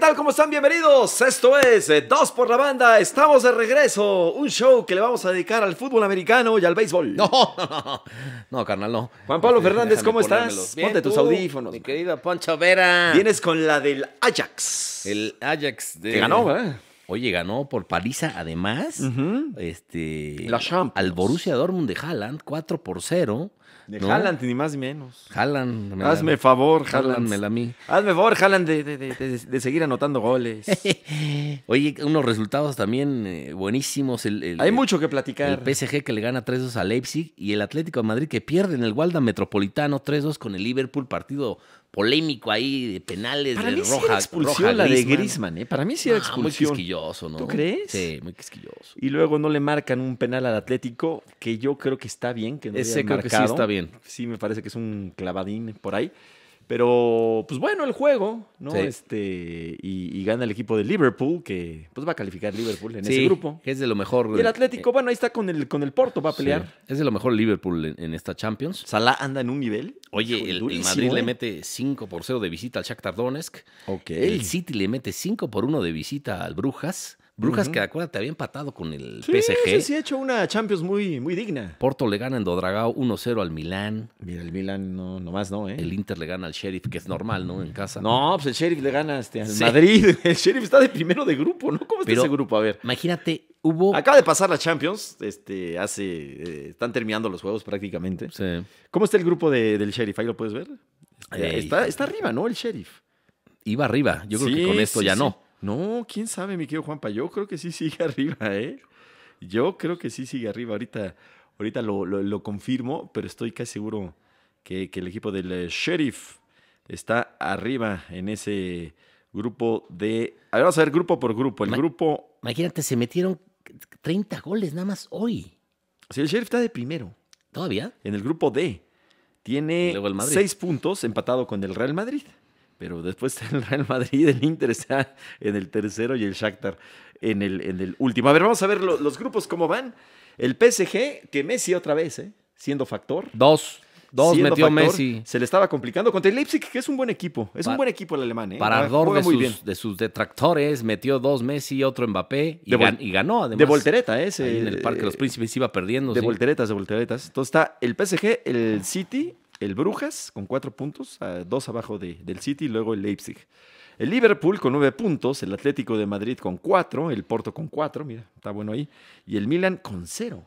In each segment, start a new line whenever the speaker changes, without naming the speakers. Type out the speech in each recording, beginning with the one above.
tal? ¿Cómo están? Bienvenidos. Esto es eh, Dos por la Banda. Estamos de regreso. Un show que le vamos a dedicar al fútbol americano y al béisbol.
No, no, no, no, carnal, no.
Juan Pablo
Este,
Fernández,
déjame
¿cómo
ponérmelos.
estás?
Bien,
Ponte tus
tú,
audífonos.
Mi querido Poncho Vera.
Vienes con la del Ajax.
El Ajax de...
que ganó, ¿verdad?
Oye, ganó por paliza, además.
Ujú.
Este.
La Champions.
Al Borussia Dortmund de Haaland, 4 por 0.
De
¿no?
Haaland, ni más ni menos.
Haaland. me la-
Hazme favor, Haaland.
Haaland. me la a mí.
Hazme favor, Haaland, de, de- de- de- de seguir anotando goles.
Oye, unos resultados también eh, buenísimos. El, el-
Hay
el-
mucho que
El
platicar.
PSG que le gana 3-2 a Leipzig y el Atlético de Madrid que pierde en el Walda Metropolitano 3-2 con el Liverpool, partido polémico ahí de penales
Para
de
mí sí
roja,
era expulsión
roja a
la de
Griezmann.
Griezmann, ¿eh? Para mí sí
Ah,
era
muy
expulsión.
quisquilloso, ¿no?
¿Tú crees?
Sí, muy quisquilloso.
y luego no le marcan un penal al Atlético, que yo creo que está bien, que no le
Ese
hayan
creo que sí
marcado.
está bien.
Sí, me parece que es un clavadín por ahí. Pero, pues bueno, el juego, ¿no?
Sí.
Este, y, y gana el equipo de Liverpool, que pues va a calificar Liverpool en
Sí,
ese grupo.
Es de lo mejor.
Y el Atlético, bueno, ahí está con el, con el Porto, va a
sí,
pelear.
es de lo mejor Liverpool en, en esta Champions.
Salah anda en un nivel.
Oye,
híjole,
el, el
durísimo,
Madrid
¿eh?
le mete 5 por 0 de visita al Shakhtar Donetsk.
Ok.
El City le mete 5 por 1 de visita al Brujas. Brujas
Ujú.
que, acuérdate, había empatado con el
Sí,
PSG.
sí, sí, ha hecho una Champions muy, muy digna.
Porto le gana en Dodragao 1-0 al Milán.
Mira, el Milan no, nomás no, ¿eh?
El Inter le gana al Sheriff, que es normal, ¿no? En casa.
No, pues el Sheriff le gana este, al
Sí.
Madrid. El Sheriff está de primero de grupo, ¿no? ¿Cómo está
Pero-
ese grupo? A ver.
Imagínate, hubo.
Acaba de pasar la Champions, este, hace, eh, están terminando los juegos prácticamente.
Sí.
¿Cómo está el grupo de- del Sheriff? Ahí lo puedes ver. Este,
Ey.
está, está arriba, ¿no? El Sheriff.
Iba arriba. Yo creo
Sí,
que con esto
sí,
ya
sí.
no.
No, quién sabe, mi querido Juanpa. Yo creo que sí sigue arriba, ¿eh? Yo creo que sí sigue arriba. Ahorita, ahorita lo, lo- lo confirmo, pero estoy casi seguro que, que el equipo del eh, Sheriff está arriba en ese grupo de. A ver, vamos a ver grupo por grupo. El
Ma-
grupo.
Imagínate, se metieron 30 goles nada más hoy.
Si el Sheriff está de primero.
¿Todavía?
En el grupo D tiene
Y luego el Madrid.
seis puntos empatado con el Real Madrid. Pero después está el Real Madrid, el Inter está en el tercero y el Shakhtar en el, en el último. A ver, vamos a ver lo- los grupos cómo van. El PSG, que Messi otra vez, ¿eh? siendo factor.
Dos. Dos
Siendo
metió
factor,
Messi.
Se le estaba complicando contra el Leipzig, que es un buen equipo. Es
Pa-
un buen equipo el alemán. ¿eh?
Parador
Juega
de
muy bien.
sus, de sus detractores. Metió dos Messi, otro Mbappé. Y,
De vol-
gan- y ganó, además.
De voltereta, ¿eh?
Ahí
ese,
en el Parque de los
eh,
Príncipes iba perdiendo.
De
sí.
volteretas, de volteretas. Entonces está el PSG, el City, el Brujas con cuatro puntos, a dos abajo de- del City, y luego el Leipzig. El Liverpool con nueve puntos, el Atlético de Madrid con cuatro, el Porto con cuatro, mira, está bueno ahí, y el Milan con cero.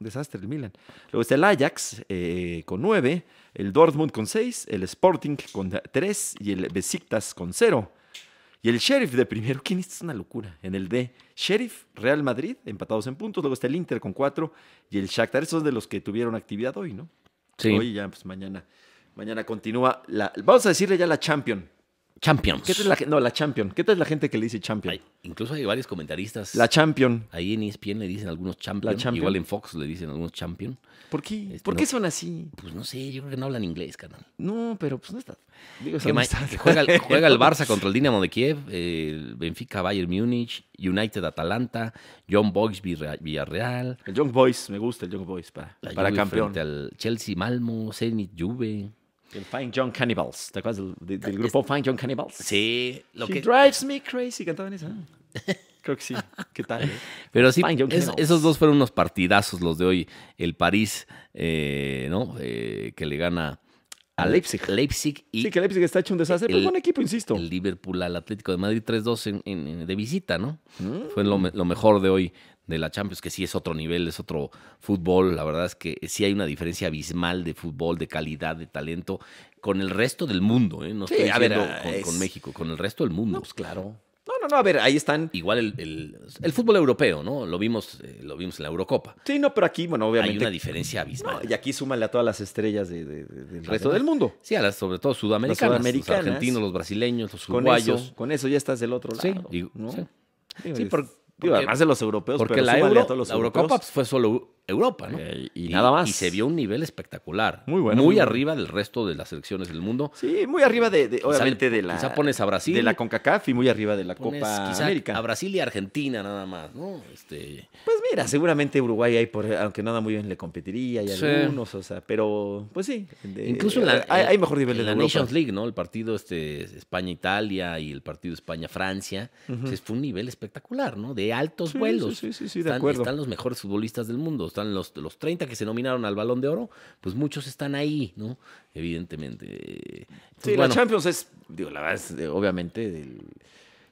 Un desastre el Milan. Luego está el Ajax eh, con nueve, el Dortmund con seis, el Sporting con tres y el Besiktas con cero. Y el Sheriff de primero, ¿quién es? Es una locura. En el D, Sheriff, Real Madrid, empatados en puntos. Luego está el Inter con cuatro y el Shakhtar. Esos son de los que tuvieron actividad hoy, ¿no?
Sí.
Hoy ya, pues mañana. Mañana continúa la... Vamos a decirle ya la Champion.
Champions.
¿Qué tal la, gen- no, la Champion. ¿Qué tal la gente que le dice Champion?
Ay, incluso hay varios comentaristas.
La Champion.
Ahí en E ESPN le dicen algunos champions.
Champion.
Igual en Fox le dicen algunos champions.
¿Por qué?
Este,
¿Por
no.
qué son así?
Pues no sé, yo creo que no hablan inglés, carnal.
No, pero pues no está... Digo, eso
Que
no
ma-
está-
que juega, el- juega el Barça contra el Dinamo de Kiev, eh, el Benfica Bayern Múnich, United Atalanta, John Boyce Villarre- Villarreal,
El Young Boys, me gusta el Young Boys para,
la
para
Juve
campeón.
frente al Chelsea Malmo, Zenit Juve.
El Fine Young Cannibals. ¿Te acuerdas del, del- del grupo
este.
Fine Young Cannibals?
Sí, lo
She
que,
drives me crazy, cantaban esa. Creo que sí. ¿Qué tal? eh?
pero sí,
Fine Young
es-
Cannibals.
esos dos fueron unos partidazos los de hoy. El París, eh, ¿no? Eh, que le gana
A
al
Leipzig.
Leipzig y
Sí, que Leipzig está hecho un desastre, pero
el-
buen equipo, insisto.
el Liverpool al Atlético de Madrid 3-2 en- en- en- de visita, ¿no?
Mm.
Fue lo, me- lo mejor de hoy de la Champions, que sí es otro nivel, es otro fútbol. La verdad es que sí hay una diferencia abismal de fútbol, de calidad, de talento con el resto del mundo. ¿eh? No
Sí,
estoy
a ver,
diciendo
ah,
con,
es-
con México, con el resto del mundo.
No, pues claro. No, no, no, a ver, ahí están.
Igual el, el- el fútbol europeo, ¿no? Lo vimos, eh, lo vimos en la Eurocopa.
Sí, no, pero aquí, bueno,
Hay una
obviamente.
diferencia
no,
abismal.
y aquí súmale a todas las estrellas de- de- de- del
Las
resto
demás.
del mundo.
Sí, a las, sobre todo sudamericanas,
sudamericanas.
los argentinos, los brasileños, los
Con
uruguayos.
eso, con eso ya estás del otro
Sí,
lado.
digo,
¿no?
sí.
Digo,
Sí,
es-
por-
digo,
porque-
además de los europeos,
Porque
pero
la,
súmale
Euro-
a todos los
la Eurocopa
europeos.
pues, fue solo Europa, ¿no?
Eh, y nada más.
Y se vio un nivel espectacular.
Muy bueno,
Muy,
muy bueno.
arriba del resto de las selecciones del mundo.
Sí, muy arriba de, de- obviamente, de la,
Quizá pones a Brasil.
de la CONCACAF y muy arriba de la
pones
Copa
quizá
América.
a Brasil y Argentina nada más, ¿no? Este,
Pues mira, seguramente Uruguay ahí, por, aunque nada muy bien le competiría y
Sí.
algunos, o sea, pero pues sí. de-
incluso en la, eh,
hay, hay mejor nivel
en
de
la
Europa.
Nations League, ¿no? El partido este, España-Italia y el partido España-Francia. Pues, fue un nivel espectacular, ¿no? De altos
Sí,
vuelos.
sí, sí, sí, sí, de
están,
acuerdo.
están los mejores futbolistas del mundo. Están los, los 30 que se nominaron al Balón de Oro. Pues muchos están ahí, ¿no? Evidentemente. Entonces,
Sí, la Champions es, digo, la verdad es, eh, obviamente, el,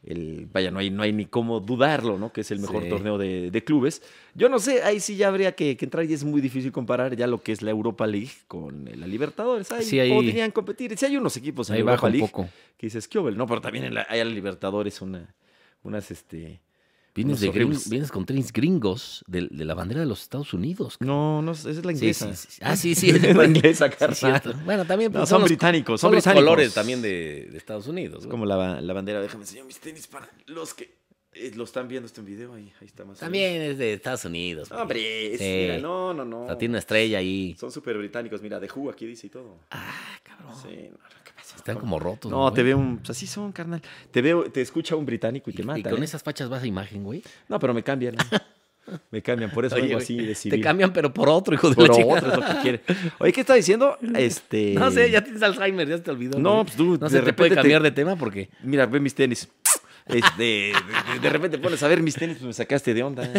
el- vaya, no hay, no hay ni cómo dudarlo, ¿no? Que es el mejor
Sí.
torneo de, de clubes. Yo no sé, ahí sí ya habría que, que entrar y es muy difícil comparar ya lo que es la Europa League con la Libertadores. Ahí
Sí, ahí-
podrían competir. Si hay unos equipos en
ahí
Europa
baja un
League
poco.
que dices, ¿qué hubo?". No, pero también en la, hay en la Libertadores una, unas, este...
Vienes,
Unos
de gring-
horribles.
vienes con tres gringos del- de, la bandera de los Estados Unidos. cabrón.
No, no, esa es la
Sí,
inglesa.
sí, sí. Ah, sí, sí.
Es la inglesa,
Sí,
carnal.
cierto. bueno, también
No,
pues,
son
los-
británicos, son
son los
británicos.
colores también de, de Estados Unidos.
Es
güey.
como la, ba- la bandera. Déjame enseñar mis tenis para los que eh, lo están viendo este video. Ahí, ahí está más o menos.
También es de Estados Unidos.
No, Hombre, es-
Sí.
mira, no, no, no.
O sea, tiene una estrella ahí.
Son súper británicos, mira, de Who aquí dice y todo.
Ah, cabrón.
Sí, no, no, ¿qué pasa?
Están como rotos.
No, te
güey?
veo un... Pues así son, carnal. Te veo, te escucha un británico y, te
Y-
mata.
Y con
¿eh?
esas fachas vas a imagen, güey.
No, pero me cambian. ¿no? me cambian, por eso
Oye,
vengo
güey,
así de
Te
civil.
cambian, pero por otro, hijo de
Por
la
otro
chingada.
es lo que quiere. Oye, ¿qué está diciendo? Este...
No sé, ya tienes Alzheimer, ya se te olvidó.
No,
güey.
pues tú,
No
de
se te puede
repente te-
cambiar de tema porque.
Mira, ve mis tenis. Este, de, de- de repente pones a ver mis tenis, pues me sacaste de onda.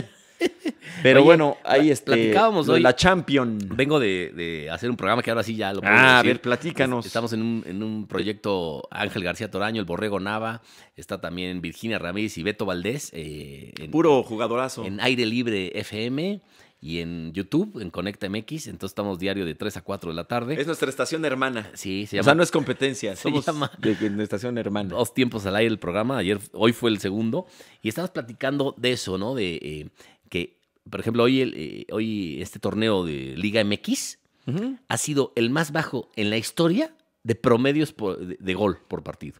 Pero
Oye,
bueno, ahí
pla-
este,
platicábamos
lo de
hoy.
La Champion.
Vengo de, de hacer un programa que ahora sí ya lo puedo
Ah, a
decir.
ver, platícanos.
Estamos en un, en un proyecto Ángel García Toraño, el Borrego Nava, está también Virginia Ramírez y Beto Valdés eh, en,
Puro jugadorazo.
en Aire Libre FM y en YouTube, en Conecta MX. Entonces estamos diario de 3 a 4 de la tarde.
Es nuestra estación hermana.
sí, se
o sea,
llama
no es competencia,
Se
somos
llama-
de, de nuestra estación hermana.
dos tiempos al aire el programa. Ayer, hoy fue el segundo. Y estamos platicando de eso, ¿no? De eh, que, por ejemplo, hoy, el, eh, hoy este torneo de Liga MX
Ujú.
ha sido el más bajo en la historia de promedios por- de, de gol por partido.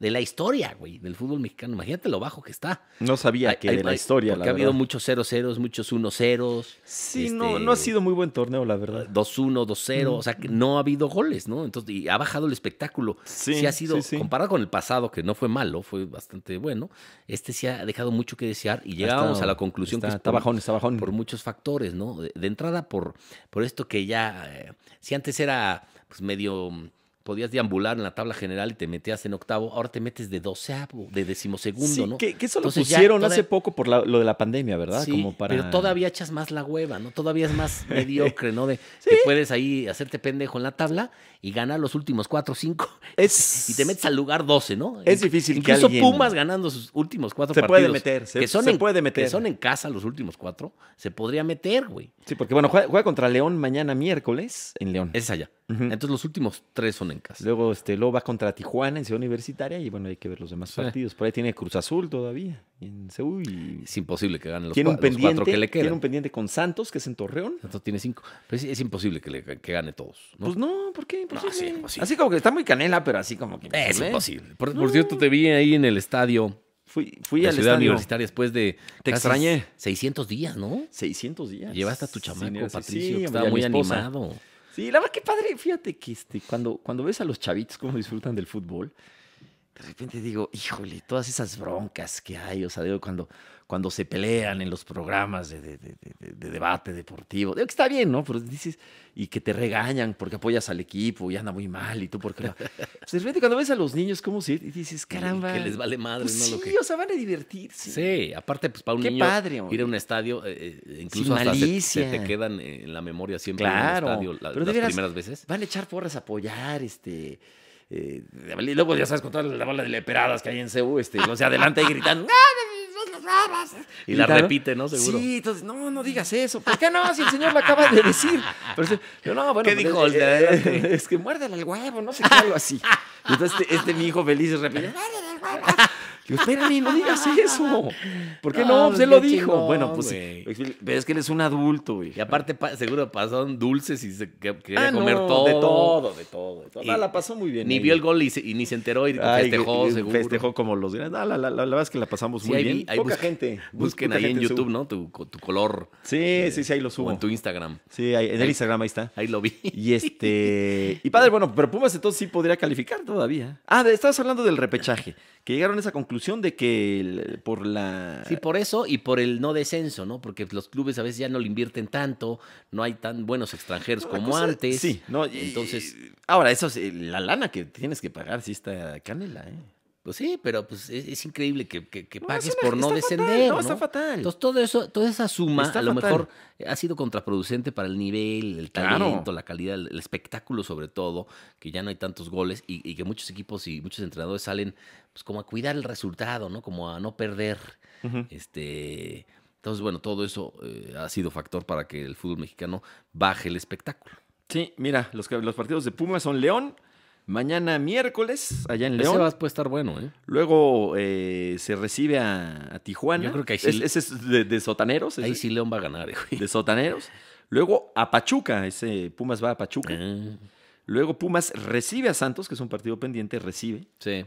De la historia, güey, del fútbol mexicano. Imagínate lo bajo que está.
No sabía
Hay-
que
hay-
de la
hay-
historia,
Porque
la
ha habido
verdad.
muchos 0-0, muchos 1-0,
Sí,
este-
no, no ha sido muy buen torneo, la verdad.
2-1, 2-0. O sea, que no ha habido goles, ¿no? Entonces, y ha bajado el espectáculo.
Sí,
ha sido,
sí, sí.
comparado con el pasado, que no fue malo, fue bastante bueno, este sí ha dejado mucho que desear y llegábamos
Está-
a la conclusión
está,
que es
está
por-
bajón, está bajón.
por muchos factores, ¿no? De, de entrada, por, por esto que ya, eh, si antes era pues medio, mm, podías deambular en la tabla general y te metías en octavo, ahora te metes de doceavo, de decimosegundo,
Sí,
¿no?
que, que eso lo
Entonces ya
pusieron
toda-
hace poco por la- lo de la pandemia, ¿verdad?
Sí,
Como para...
pero todavía echas más la hueva, ¿no? Todavía es más mediocre, ¿no? De que puedes ahí hacerte pendejo en la tabla y ganar los últimos cuatro o cinco
Es...
y te metes al lugar 12, ¿no?
Es
Inc-
difícil que
Incluso
alguien-
Pumas ganando sus últimos cuatro
Se puede
partidos.
meter, se-
que son
se
en-
puede meter.
Que son en casa los últimos cuatro. Se podría meter, güey.
Sí, porque bueno, juega, juega contra León mañana miércoles en León.
Ese es allá.
Ujú.
Entonces los últimos tres son en casa.
Luego este luego va contra Tijuana en Ciudad Universitaria y bueno, hay que ver los demás
Sí.
partidos. Por ahí tiene Cruz Azul todavía en Seúl. y
Es imposible que ganen los,
tiene un
cua- los cuatro
pendiente,
que le
tiene
quedan.
un pendiente con Santos que es en Torreón.
Entonces tiene cinco. Pero es, es imposible que, le, que gane todos. ¿no?
Pues no, ¿por qué? Imposible.
sí, imposible.
Así como que está muy canela, pero así como que
es
imposible.
imposible. Por, por cierto, te vi ahí en el estadio.
Fui fui
de
al
Ciudad
estadio
Universitaria después de
Te
casi
extrañé.
600 días, ¿no?
600 días.
Llevaste a tu
sin ir
chamaco,
así.
Patricio,
Sí,
que
hombre, y
estaba
a mi
muy
esposa.
animado.
Sí, la verdad que padre, fíjate que este, cuando, cuando ves a los chavitos cómo disfrutan del fútbol, de repente digo, híjole, todas esas broncas que hay, o sea, digo, cuando, cuando se pelean en los programas de, de- de- de- de- de debate deportivo, digo que está bien, ¿no? Pero dices, y que te regañan porque apoyas al equipo y anda muy mal y tú porque... no. Pues de repente cuando ves a los niños cómo se... Y dices, caramba,
Que les vale madre,
pues
¿no?
sí,
Lo que...
o sea, van a divertirse.
Sí, aparte, pues para un
Qué
niño
padre, hombre.
ir a un estadio, eh, eh, incluso
Sin
hasta se- se,
malicia.
te quedan eh, en la memoria siempre
Claro,
en un estadio la-
pero de
las
veras-
primeras veces.
Van a echar porras a apoyar, este. eh, y luego, ya sabes, con toda la bola de leperadas que hay en CU, este, los de adelante ahí gritando. ¡ah!
Y la
Claro.
repite, ¿no? Seguro.
Sí, entonces, no, no digas eso. ¿Por qué no? Si el señor lo acaba de decir. Pero, sí, yo, no, bueno, pues,
¿Qué
pero
dijo
es-
el de adelante?
eh, Es que muérdele al huevo, no sé qué, algo así. Y entonces, este, este mi hijo feliz repite, "Muérdele al huevo". Digo, "Ah, espérame, no digas eso. ¿Por qué
No,
no?
pues
se lo
qué
dijo.
chingón,
bueno, pues
güey.
sí. Pero es que él es un adulto, güey.
Y aparte, pa- seguro pasaron dulces y se que- quería
Ah, no,
comer todo.
De todo, de todo. de todo.
Y-
Ah, la pasó muy bien.
Ni
ella.
vio el gol y, se- y ni se enteró y
Ay,
festejó,
que-
seguro.
Festejó como los grandes. Ah, la, la- la- la verdad es que la pasamos
Sí,
muy
ahí
bien.
vi- ahí busquen-
gente.
Busquen
poca
ahí en
gente
YouTube,
sube.
¿no? Tu, co- tu color.
Sí, sí, sí, ahí lo
O
subo.
en tu Instagram.
Sí, ahí- en el
Ahí.
Instagram ahí está.
Ahí lo vi.
Y este. Y padre, bueno, pero Pumas entonces sí podría calificar todavía. Ah, de- estabas hablando del repechaje. Que llegaron a esa conclusión de que el- por la.
Sí, por eso y por el no descenso, ¿no? Porque los clubes a veces ya no le invierten tanto, no hay tan buenos extranjeros
Una
como
cosa-
antes.
Sí, no, y-
Entonces,
Ahora, eso sí, la lana que tienes que pagar sí está canela, ¿eh?
pues sí, pero pues es, es increíble que, que- que
No,
pagues
es una-
por no
está fatal,
descender,
no,
¿no?
está fatal.
Entonces, todo eso, toda esa suma
Está
a lo
fatal.
mejor eh, ha sido contraproducente para el nivel, el
Claro.
talento, la calidad, el, el espectáculo sobre todo, que ya no hay tantos goles y, y que muchos equipos y muchos entrenadores salen pues como a cuidar el resultado, ¿no? Como a no perder.
Ujú.
Este, entonces, bueno, todo eso eh, ha sido factor para que el fútbol mexicano baje el espectáculo.
Sí, mira, los, que- los partidos de Pumas son León. Mañana miércoles, allá en
Ese
León.
vas puede estar bueno, ¿eh?
Luego eh, se recibe a, a Tijuana.
Yo creo que ahí
Es-
sí-
Ese es de, de sotaneros. ese
Ahí
es
sí León va a ganar, eh, güey.
De sotaneros. Luego a Pachuca. Ese Pumas va a Pachuca.
Ah,
Luego Pumas recibe a Santos, que es un partido pendiente, recibe.
sí.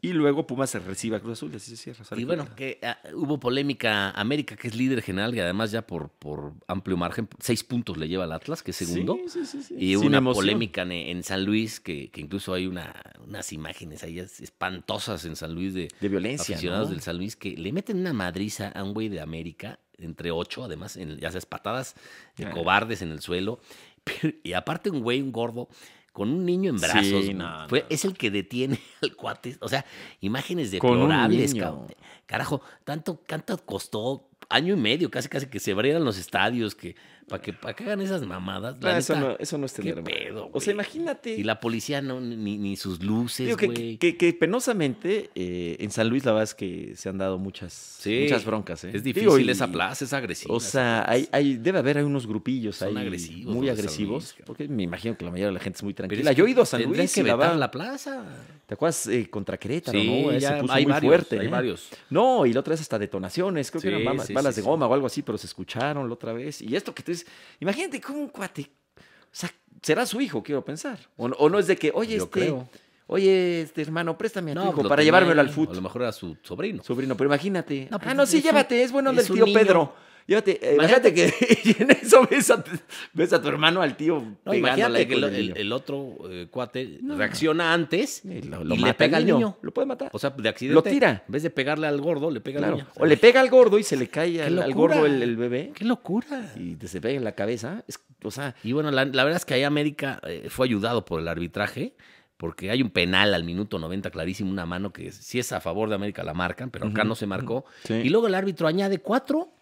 Y luego Pumas recibe a Cruz Azul. y Así se cierra. sale
Y bueno,
Pumas.
que ah, hubo polémica. América, que es líder general y además ya por, por amplio margen, seis puntos le lleva al Atlas, que es segundo.
Sí, sí, sí, sí.
Y hubo
Sin
una
emoción.
polémica en, en San Luis, que, que incluso hay una, unas imágenes ahí es- espantosas en San Luis de
De violencia.
aficionados
¿no?
del San Luis que le meten una madriza a un güey de América, entre ocho, además, en, ya sabes, patadas de
Ah.
cobardes en el suelo. Pero- y aparte un güey, un gordo, con un niño en
Sí,
brazos.
no,
fue-
no,
Es el que detiene al cuate. O sea, imágenes
Con un
deplorables,
niño.
cabrón. Carajo, tanto, tanto costó año y medio, casi casi que se abrieran los estadios, que para que, para que hagan esas mamadas. la
Ah, eso,
neta.
no, eso no es
¿qué
tener hermano.
pedo,
O sea,
güey?
imagínate.
Y la policía no, ni, ni sus luces,
Digo
güey.
que, que- que penosamente eh, en San Luis la verdad es que se han dado muchas,
Sí.
muchas broncas. ¿eh?
Es
Digo,
difícil
y-
esa plaza, es agresiva.
O
esa
sea,
plaza.
hay, hay- debe haber hay unos grupillos ahí
Son agresivos
muy
los de San
agresivos.
Luis, cabrón.
porque me imagino que la mayoría de la gente es muy
Pero
tranquila.
es
Yo he
que
ido a San
tendrían
Luis
que
y la
vetar
verdad-
la plaza.
¿Te acuerdas? eh, contra Querétaro,
Sí,
¿no? Eh,
ya
se puso
hay
muy
varios,
fuerte.
hay
¿eh?
varios.
No, y la otra vez hasta detonaciones. Creo que
Sí,
eran balas,
sí,
balas
sí,
de
sí.
goma o algo así, pero se escucharon la otra vez. Y esto que tú dices, imagínate como un cuate. O sea, será su hijo, quiero pensar. O, no- o no es de que, oye,
Yo
este.
creo.
Oye, este hermano, préstame a tu hijo
pues lo
para
tenía
llevármelo
ahí,
al
o A
fútbol.
lo mejor era su sobrino.
Sobrino, pero imagínate.
No, pues
ah, no, sí,
es un-
llévate, es bueno del
es un
tío
niño.
Pedro. Llévate, eh, imagínate que y en eso ves a, tu- ves a tu hermano, al tío.
No,
pegándole ahí
imagínate que
con
el,
el niño.
el- el otro eh, cuate
No.
reacciona antes
Y lo,
y le
mata
pega al niño.
Lo puede matar.
O sea, de accidente.
Lo tira.
En vez de pegarle al gordo, le pega
Claro.
al niño.
O le pega al gordo y se le cae
Qué
al, al
locura.
gordo el, el bebé
¡Qué locura!
y te se pega en la cabeza. Es- o sea,
Y bueno, la, la verdad es que ahí América eh, fue ayudado por el arbitraje, porque hay un penal al minuto 90 clarísimo, una mano que si es a favor de América la marcan, pero acá
Ujú.
no se marcó.
Sí.
Y luego el árbitro añade cuatro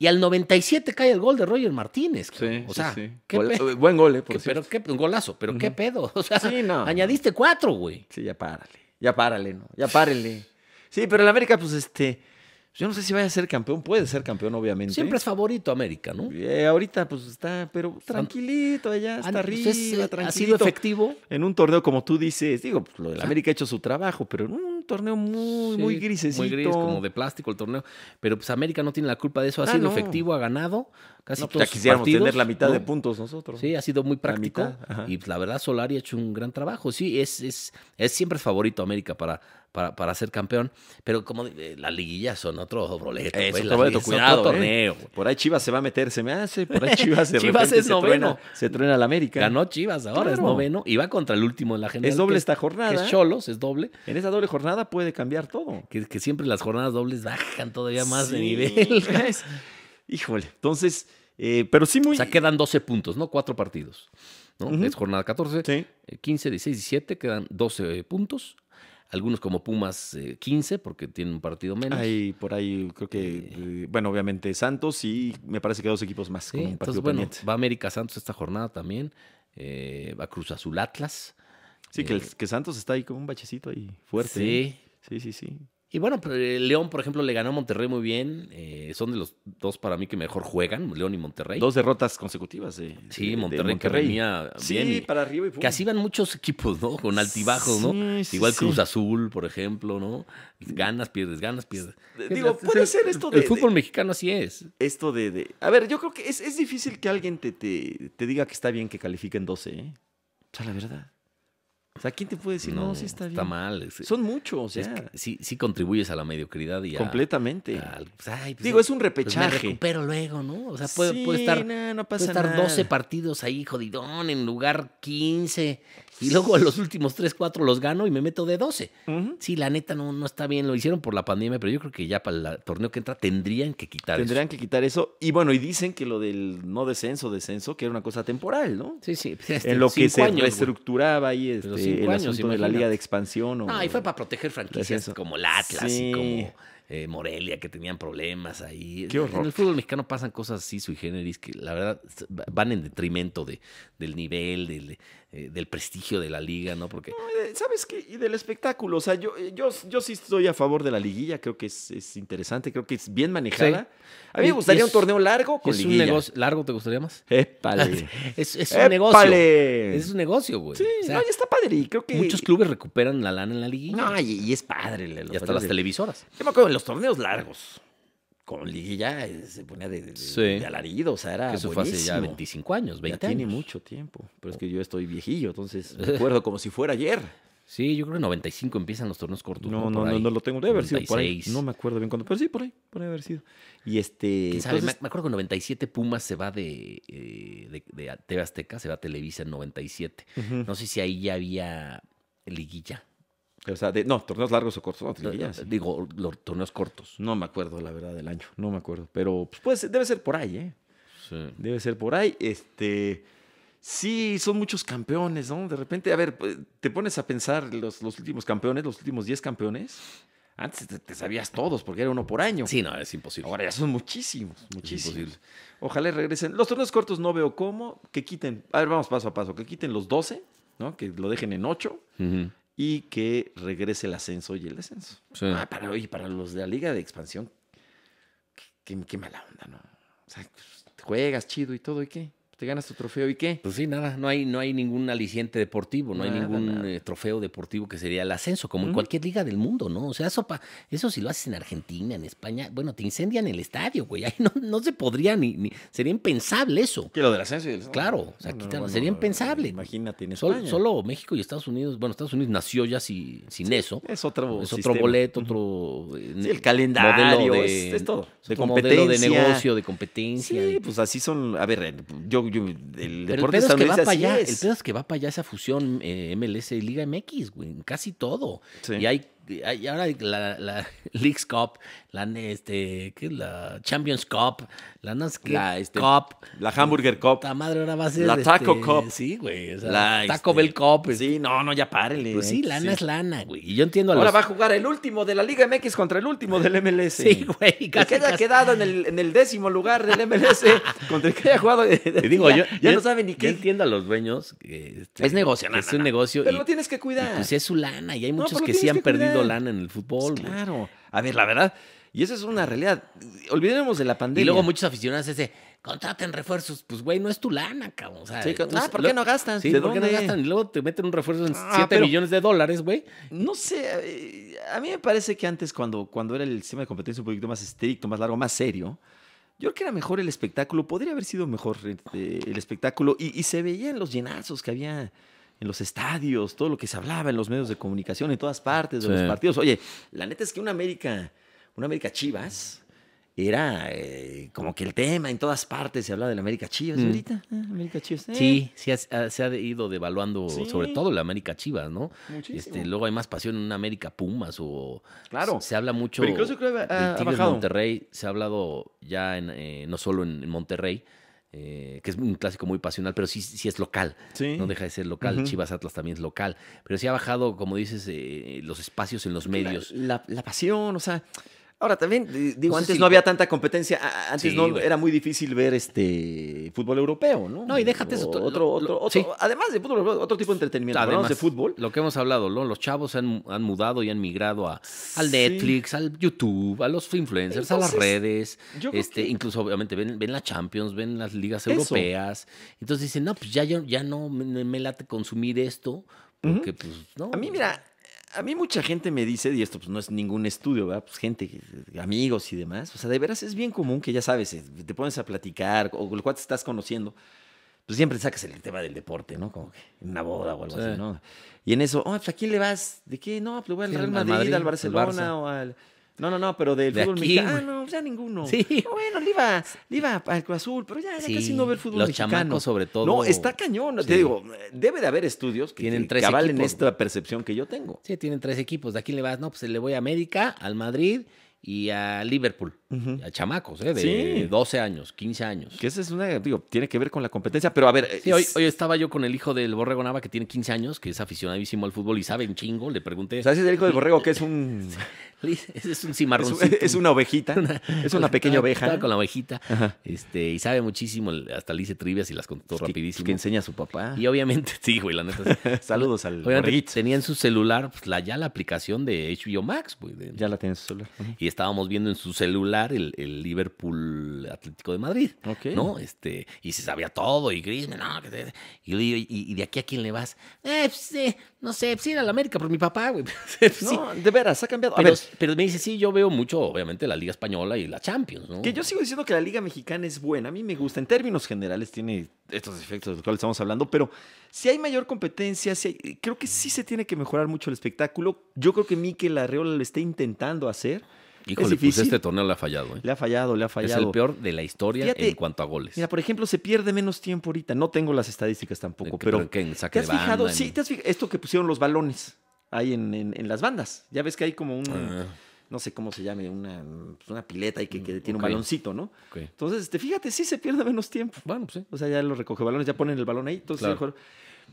y al 97 cae el gol de Roger Martínez. cabrón. o sea, qué
gol-
pedo.
eh, buen gol, eh, por
Que- pero
cierto.
qué un golazo, pero qué
Ujú.
pedo. O sea,
Sí, no.
añadiste cuatro, güey.
Sí, ya párale. Ya párale, ¿no? Ya párale. Sí, pero el América, pues este. Yo no sé si vaya a ser campeón. Puede ser campeón, obviamente.
Siempre es favorito América, ¿no?
Eh, ahorita, pues está, pero tranquilito allá,
Ah,
está
no,
arriba,
pues, es, eh,
tranquilito.
ha sido efectivo.
En un torneo, como tú dices, digo, pues, lo del
Ah.
América ha hecho su trabajo, pero en un torneo muy, muy
Sí,
grisecito.
Muy gris, como de plástico el torneo. Pero pues América no tiene la culpa de eso. Ha
Ah,
sido
no.
efectivo, ha ganado casi
No, pues,
todos
ya
sus
quisiéramos
partidos,
tener la mitad
¿no?
de puntos nosotros.
Sí, ha sido muy práctico.
mitad, ajá.
Y pues, la verdad, Solari ha hecho un gran trabajo. Sí, es, es, es siempre es favorito América para, para, para ser campeón. Pero como eh, las liguillas son otro boleto.
Es otro
pues, las
boleto,
liguillas son
cuidado,
otro
¿eh?
torneo.
Por ahí Chivas se va a meter, se me hace. Por ahí Chivas de
Chivas
repente
es
se
noveno.
truena, se truena la América.
Ganó Chivas ahora, es
Claro.
noveno. Y va contra el último de la general.
es doble
que
esta
que
jornada. ¿eh?
es Cholos, es doble.
En esta doble jornada puede cambiar todo.
Que, que siempre las jornadas dobles bajan todavía más de
Sí,
nivel.
¿ves? Híjole, entonces, eh, pero sí muy...
O sea, quedan 12 puntos, ¿no? Cuatro partidos. ¿no?
Ujú.
Es jornada 14.
Sí.
eh, 15, 16, 17, quedan 12 puntos. Algunos como Pumas, eh, 15, porque tienen un partido menos.
Hay por ahí, creo que, eh, bueno, obviamente Santos y me parece que dos equipos más
Sí,
con un partido
entonces, bueno,
pendiente.
va América Santos esta jornada también. eh, va Cruz Azul Atlas.
Sí, que, el-
eh,
que Santos está ahí con un bachecito ahí fuerte. ¿eh? Sí,
Sí.
sí, sí.
Y bueno, pero, eh, León, por ejemplo, le ganó a Monterrey muy bien. eh, son de los dos para mí que mejor juegan, León y Monterrey.
Dos derrotas consecutivas. de- de-
sí,
de
Monterrey, que venía
Sí,
bien. y-
para arriba y pum.
que así van muchos equipos, ¿no? Con altibajos, ¿no?
Sí, sí,
Igual
sí.
Cruz Azul, por ejemplo, ¿no? Ganas, pierdes, ganas, pierdes.
Eh, Digo,
Este
puede
es el-
ser esto de.
El
de-
fútbol mexicano así es.
esto de, de- A ver, yo creo que es, es difícil que alguien te, te, te diga que está bien que califiquen 12, ¿eh? O sea, la verdad. O sea, ¿quién te puede decir, no, sí está bien?
mal. es-
Son muchos, o sea,
es que sí, sí contribuyes a la mediocridad y a-
completamente.
al- pues, ay, pues,
Digo, es un
pues me
repechaje.
recupero luego, ¿no? O sea, puede,
Sí,
puede estar, puede
no, no pasa
estar
nada.
12 partidos ahí, jodidón, en lugar 15. Y luego a los últimos 3, 4 los gano y me meto de 12.
Ujú.
Sí, la neta no, no está bien. Lo hicieron por la pandemia, pero yo creo que ya para el torneo que entra tendrían que quitar eso.
Tendrían que quitar eso. Y bueno, y dicen que lo del no descenso, descenso, que era una cosa temporal, ¿no?
Sí, sí. pues, este,
En lo que
cinco
se
años, güey.
reestructuraba ahí este,
Pero cinco
el
años,
asunto de la liga
imagínate.
de expansión. O,
No, y fue para proteger franquicias
Descenso.
como el Atlas
Sí.
y como eh, Morelia, que tenían problemas ahí.
Qué horror.
En el fútbol mexicano pasan cosas así sui generis que la verdad s- va- van en detrimento de, del nivel, del, eh, del prestigio de la liga, ¿no? Porque
No, eh, ¿Sabes qué? Y del espectáculo. O sea, yo, eh, yo, yo sí estoy a favor de la liguilla. Creo que es, es interesante. Creo que es bien manejada. A mí me
Y- y
gustaría
es-
un torneo largo con
es un
liguilla.
negocio. Ah, ¿Largo te gustaría más?
¡Épale!
Es, es un negocio.
¡Épale!
Es un negocio, güey.
Sí,
O sea,
no, y está padre. Y creo que...
muchos clubes recuperan la lana en la liguilla.
No, y, y es padre. le- los
y hasta las
torneos de-
televisoras.
Yo me acuerdo en los torneos largos. Con liguilla eh, se ponía de, de-
Sí.
de alarido. O sea, era
que eso fue hace ya
Ah, buenísimo.
25 años, 20
Ya tiene
años. Oh.
mucho tiempo. Pero es que yo estoy viejillo, entonces me acuerdo como si fuera ayer.
Sí, yo creo que en 95 empiezan los torneos cortos.
No,
Pues, Por
no, no,
ahí.
no lo tengo. Debe haber sido por ahí.
96.
No me acuerdo bien cuándo, pero sí, por ahí, por ahí haber sido. Y este.
¿Quién sabe?
entonces,
me, me acuerdo que en 97 Pumas se va de, eh, de, de a- TV Azteca, se va a Televisa en 97.
ujú.
No sé si ahí ya había liguilla.
O sea, de- no, torneos largos o cortos. No,
No,
liguilla,
no,
sí.
Digo, los torneos cortos.
No me acuerdo, la verdad, del año. No me acuerdo. Pero pues, puede ser- debe ser por ahí, ¿eh? Debe ser por ahí. Este. Sí, son muchos campeones, ¿no? De repente, a ver, pues, te pones a pensar los, los últimos campeones, los últimos 10 campeones. Antes te, te sabías todos porque era uno por año.
Sí, no, es imposible.
Ahora ya son muchísimos, muchísimos.
imposible.
Ojalá y regresen. Los torneos cortos no veo cómo. Que quiten, a ver, vamos paso a paso. Que quiten los 12, ¿no? Que lo dejen en 8
Ujú.
y que regrese el ascenso y el descenso.
Sí.
Ah, para, oye, para los de la liga de expansión, qué, qué- qué mala onda, ¿no? O sea, pues, te juegas chido y todo, ¿y qué? Te ganas tu trofeo, ¿y qué?
Pues sí, nada, no hay, no hay ningún aliciente deportivo, no hay
Nada,
ningún
nada.
eh, trofeo deportivo que sería el ascenso, como en
Ujú.
cualquier liga del mundo, ¿no? O sea, eso, pa- eso si lo haces en Argentina, en España, bueno, te incendian el estadio, güey. Ahí no, no se podría ni, ni. Sería impensable eso.
Que lo del ascenso y el descenso.
Claro, o sea, quitan- sería impensable.
Imagínate, en
Sol-
España.
solo México y Estados Unidos, bueno, Estados Unidos nació ya si- sin eso.
es otro,
Es otro
sistema.
boleto, otro eh,
Sí, el calendario,
modelo
es, es todo.
es
De
otro modelo de
competencia.
negocio, de competencia.
Sí,
de-
pues así son. A ver, el- yo, yo- el
pero el
deporte
pedo, es que va
estadounidense
para
así
allá, el
es.
pedo es que va para allá esa fusión eh, MLS y Liga MX, güey, en casi todo.
Sí.
Y hay, hay- ahora hay la, la Leagues Cup, la, este, ¿qué? la Champions Cup, la, no sé qué
La, este,
Cup.
La Hamburger Cup.
Puta madre, ahora va a ser.
La Taco
este,
Cup.
Sí, güey. o sea,
La,
Taco
este,
Bell Cup. este,
Sí, no, no, ya párele.
Pues sí, lana es
la.
lana, güey. Y yo entiendo a
Ahora
los...
va a jugar el último de la Liga MX contra el último del MLS.
Sí, güey.
Que
Casi,
queda
casi.
quedado en el, en el décimo lugar del MLS contra el que haya jugado.
Te digo,
ya,
yo,
ya
yo-
no sabe ni
yo
qué.
entiendo a los dueños. que, este,
Es negocio,
que
na,
Es
na,
un
na.
negocio.
Pero
y,
lo tienes que cuidar.
y, pues es su lana. Y hay
No,
muchos
pero lo
que sí
tienes
han
que
perdido
cuidar.
lana en el fútbol.
Pues
güey.
claro. A ver, la verdad. Y esa es una realidad. Olvidemos de la pandemia.
Y luego muchos aficionados ese contraten refuerzos. Pues, güey, no es tu lana, cabrón. O sea,
Sí, con-
no
ah,
sé,
¿por
lo-
qué no gastan?
Sí,
¿De
¿por qué no
dónde?
gastan? Y luego te meten un refuerzo en
Ah,
7
pero-
millones de dólares, güey.
No sé, eh, a mí me parece que antes, cuando, cuando era el sistema de competencia un poquito más estricto, más largo, más serio, yo creo que era mejor el espectáculo, podría haber sido mejor este, el espectáculo y, y se veían los llenazos que había en los estadios, todo lo que se hablaba en los medios de comunicación, en todas partes de
Sí.
los partidos. Oye, la neta es que una América, una América Chivas. Era eh, como que el tema en todas partes se hablaba de la América Chivas. y
Mm.
ahorita, ah, América Chivas. eh,
Sí, sí has- ah, se ha ido devaluando,
Sí.
sobre todo la América Chivas, ¿no?
muchísimo.
Este, luego hay más pasión en una América Pumas o
Claro.
se, se habla mucho
Pero incluso creo que ha-
del
ha
Tigres
bajado.
Monterrey, se ha hablado ya en, eh, no solo en, en Monterrey, eh, que es un clásico muy pasional, pero sí, sí es local,
Sí.
no deja de ser local,
Ujú.
Chivas Atlas también es local, pero sí ha bajado, como dices, eh, los espacios en los medios.
La, la- la pasión, o sea, Ahora también, eh, digo,
No sé
antes
si-
no había tanta competencia, a- antes
Sí,
no
güey.
era muy difícil ver este fútbol europeo, ¿no?
No, y déjate eso,
O-
to- lo-
Otro,
lo-
otro, otro-
sí.
además de fútbol europeo, otro tipo de entretenimiento, hablamos de fútbol.
Lo que hemos hablado, ¿no? los chavos han, han mudado y han migrado a, al
Sí.
Netflix, al YouTube, a los influencers, a las
Entonces,
redes.
yo creo
este,
que-
Incluso, obviamente, ven, ven la Champions, ven las ligas
Eso.
europeas. Entonces dicen, no, pues ya, yo, ya no me, me late consumir esto. Porque, pues, no.
A mí, mira, a mí mucha gente me dice, y esto pues no es ningún estudio, ¿verdad? Pues gente, que- amigos y demás. O sea, de veras es bien común que ya sabes, eh, te pones a platicar o con el cual te estás conociendo. Pues siempre sacas el tema del deporte, ¿no? Como que en una boda o algo
Sí.
así, ¿no? Y en eso, oh, pues ¿a quién le vas? ¿De qué? No, pues le voy al
Sí,
Real
al
Madrid,
Madrid,
al
al
Barcelona
Barça.
o al... No, no, no, pero del
De
fútbol
aquí,
mexicano. Ah,
güey.
no, pues ya ninguno.
Sí.
No, bueno, le iba, le iba al Cruz Azul, pero ya, ya
Sí,
casi no ve el fútbol
los
mexicano.
chamacos sobre todo.
No, está cañón. Te
Sí.
digo, debe de haber estudios que,
Tienen
que
tres
avalen
equipos,
esta percepción que yo tengo.
Sí, tienen tres equipos. ¿De a quién le vas? No, pues le voy a América, al Madrid y a Liverpool. A chamacos, ¿eh? De
Sí.
12 años, 15 años.
Que esa es una, digo, tiene que ver con la competencia, pero a ver,
Sí,
es-
hoy, hoy estaba yo con el hijo del Borrego Nava, que tiene 15 años, que es aficionadísimo al fútbol y sabe un chingo. Le pregunté,
o sea, ese es el hijo del borrego que es un
le hice, "Ese es
es,
un
un-
cimarroncito.
es una ovejita, es una pequeña
Estaba-
oveja
estaba con la ovejita.
Ajá.
Este, y sabe muchísimo, el- hasta le hice trivias y las contó
pues, que,
rapidísimo.
que enseña a su papá.
Y obviamente, sí, güey, la neta. sí.
Saludos al
Obviamente
borreguito.
tenía en su celular pues, la, ya la aplicación de HBO Max, güey. de-
Ya la tienes su celular. Ujú.
y estábamos viendo en su celular el, el Liverpool Atlético de Madrid.
Ok.
¿No? Este, y se sabía todo, y Griezmann, no, que te- y yo digo, "¿Y- y de aquí a quién le vas? Eh, pues, eh, no sé, pues ir a la América por mi papá, güey. Sí,
No, de veras, ha cambiado. A
pero,
ver,
pero me dice, sí, yo veo mucho, obviamente, la Liga Española y la Champions, ¿no?
Que yo sigo diciendo que la Liga Mexicana es buena, a mí me gusta. En términos generales tiene estos efectos de los cuales estamos hablando, pero si hay mayor competencia, si hay- creo que sí se tiene que mejorar mucho el espectáculo. Yo creo que Mikel Arreola lo está intentando hacer.
Híjole,
es
pues
difícil.
este torneo le ha fallado, ¿eh?
Le ha fallado, le ha
Es
fallado.
el peor de la historia
Fíjate,
en cuanto a goles.
Mira, por ejemplo, se pierde menos tiempo ahorita. No tengo las estadísticas
Eh,
tampoco,
que-
pero...
que en saque
¿Te has
de banda,
fijado?
en-
Sí, ¿te has fijado? Esto que pusieron los balones ahí en, en- en las bandas. Ya ves que hay como un...
Ah,
No sé cómo se llame, una, pues, una pileta ahí que, que tiene un
ok.
baloncito, ¿no?
ok.
Entonces, este, fíjate, sí se pierde menos tiempo.
Bueno, pues sí.
O sea, ya los recoge balones, ya ponen el balón ahí. Entonces,
Claro.
el jugador-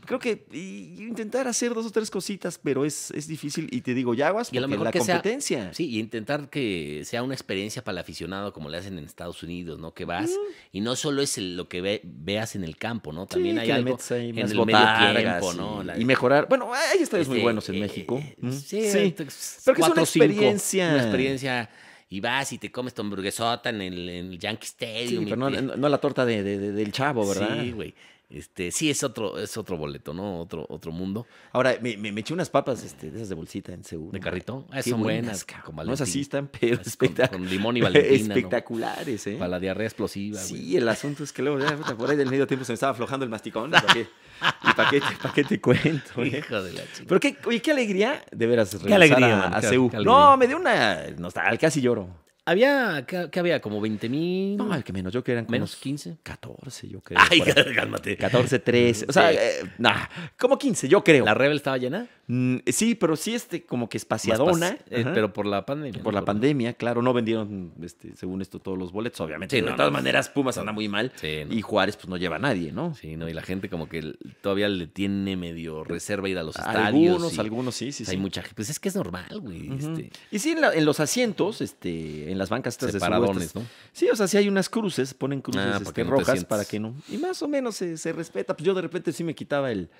creo que y- y intentar hacer dos o tres cositas, pero es, es difícil. Y te digo, ya aguas
Y a lo
porque
mejor
la
que sea-
competencia.
Sí, y intentar que sea una experiencia para el aficionado como le hacen en Estados Unidos, ¿no? Que vas y no solo es el- lo que ve- veas en el campo, ¿no? También hay
que le
algo
metes ahí
en
más
el medio
botargas
tiempo,
y-
¿no? La-
y mejorar. Bueno, hay estadios muy
este,
buenos en
eh,
México.
eh,
¿Mm?
Sí,
sí. Pero que es una
cuatro, cinco,
experiencia.
Una experiencia y vas y te comes tu hamburguesota en el, en el Yankee
Sí,
Stadium. y
pero no,
te-
no- no la torta de- de- de- del chavo, ¿verdad?
Sí, güey. Este, sí, es otro, es otro boleto, ¿no? Otro, otro mundo.
Ahora, me, me- me eché unas papas este, de esas de bolsita en Seúl.
De carrito. Ah,
Qué
son buenas.
cabrón.
con
no es así,
Valentín.
están, pero
Con,
espectac-
con limón y valentina. ¿no?
espectaculares, ¿eh?
Para la diarrea explosiva, güey.
Sí, el asunto es que luego, ya, puta, por ahí del medio tiempo se me estaba aflojando el masticón. ¿Para qué, y pa' qué te, pa' qué te cuento? eh?
Hijo de la chica.
Pero qué, oye, qué alegría de veras regresar
alegría,
a,
man,
a
qué-
CU.
qué
no,
alegría.
me dio una nostalgia, casi lloro.
Había, ¿qué, qué había? ¿Como 20 mil?
No, el que menos, yo que eran como
menos
unos
15.
14, yo creo.
Ay,
por ahí.
cálmate.
14, 13, o sea,
Sí.
eh, nah, como 15, yo creo.
¿La Rebel estaba llena?
Mm, sí, pero sí este como que
Más
espaciadona.
pas- eh,
Ajá.
pero por la pandemia.
por
¿no?
la pandemia, claro, no vendieron, este, según esto, todos los boletos, obviamente.
Sí,
de
no,
todas
no.
maneras, Pumas anda muy mal.
Sí, no.
Y Juárez, pues no lleva a nadie, ¿no?
Sí, no, y la gente como que l- todavía le tiene medio reserva ir a los estadios.
Algunos,
y
algunos sí, sí, sí.
Hay mucha gente. Pues es que es normal, güey.
Ujú.
este,
Y sí, en, la- en los asientos, este, en las bancas estas de
separadones,
subo,
¿no?
estas- Sí, o sea, sí hay unas cruces, ponen cruces
Ah, para
este,
que no te
rojas
sientes.
para que no. Y más o menos se, se respeta. Pues yo de repente sí me quitaba el,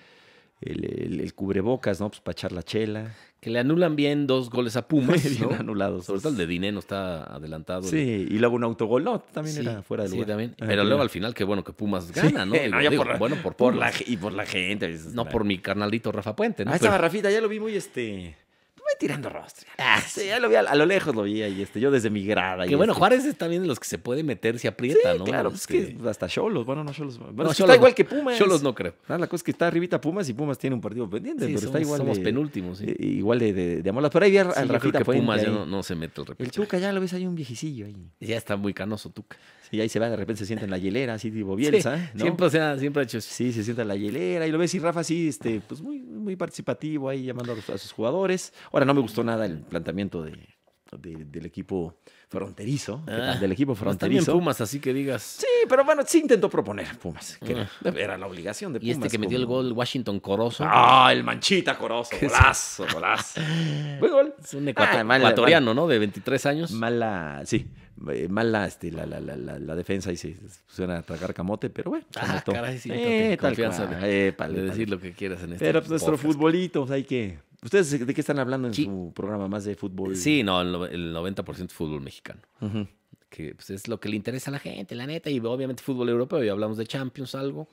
el, el- el cubrebocas, ¿no? Pues para echar la chela.
Que le anulan bien dos goles a Pumas,
Bien
¿no?
anulados.
Sobre todo el de Dineno está adelantado. el-
Sí, y luego un autogol. No, también
Sí,
era fuera de
sí,
lugar.
también.
Ah,
Pero
mira.
luego al final, qué bueno que Pumas gana, ¿no?
Sí,
Digo,
no, ya
digo,
por la-
bueno, por,
por la,
Pumas.
ge- y por la gente. es-
No por mi carnalito Rafa Puente, ¿no?
Ahí
Pero-
estaba Rafita, ya lo vi muy este. Voy tirando rostro.
Ah,
Sí, ya lo vi a, a lo lejos, lo vi ahí, este, yo desde mi grada. este,
Que bueno, Juárez es también de los que se puede meter si aprieta, ¿no?
Claro, pues es que hasta Cholos, bueno, no Cholos. Bueno, sí
Xolos
está
no-
igual que Pumas.
Cholos no creo.
Ah, la cosa es que está arribita Pumas y Pumas tiene un partido pendiente,
Sí,
pero
somos,
está igual.
somos
de-
penúltimos, sí.
eh, Igual de, de, de amolas. Pero ahí vi a-
Sí,
al
yo creo
Rafita
que
Puente
Pumas ya
ahí.
no, no se mete el
El
repechaje.
Tuca ya lo ves ahí un viejecillo ahí.
Ya está muy canoso Tuca.
Sí, ahí se va de repente, se sienta en la hielera, así tipo Bielsa. ¿eh?
Sí,
¿no?
Siempre, se ha- siempre ha hecho eso.
Sí, se sienta en la hielera y lo ves y Rafa así, este, pues muy, muy participativo ahí llamando a, los- a sus jugadores. Ahora no me gustó nada el planteamiento de, de- del equipo fronterizo. ¿qué
Ah,
tal? del equipo
No está bien
fronterizo.
Pumas, así que digas.
Sí, pero bueno, sí intentó proponer Pumas. que era- era la obligación de Pumas.
Ah. y este que metió el
como-
gol, Washington Corozo.
Ah, el manchita corozo. Golazo, golazo. Buen gol.
es un ecuato-
Ah, mal-
ecuatoriano, ¿no? De 23 años.
Mala, sí, eh, mala este, la, la, la, la, la defensa y se pusieron a atacar camote, pero bueno. se
Ah,
anotó.
caray, sí, yo creo que
eh, tal
confianza
cual,
de-
épale,
de
tal
decir lo que quieras en este
Pero pues, nuestro
podcast.
futbolito, o sea, hay que. ¿Ustedes de qué están hablando en
Sí.
su programa más de fútbol?
Sí, no, el no- el 90% es fútbol mexicano.
Ujú.
Que pues, es lo que le interesa a la gente, la neta. Y obviamente fútbol europeo, y hablamos de Champions, algo.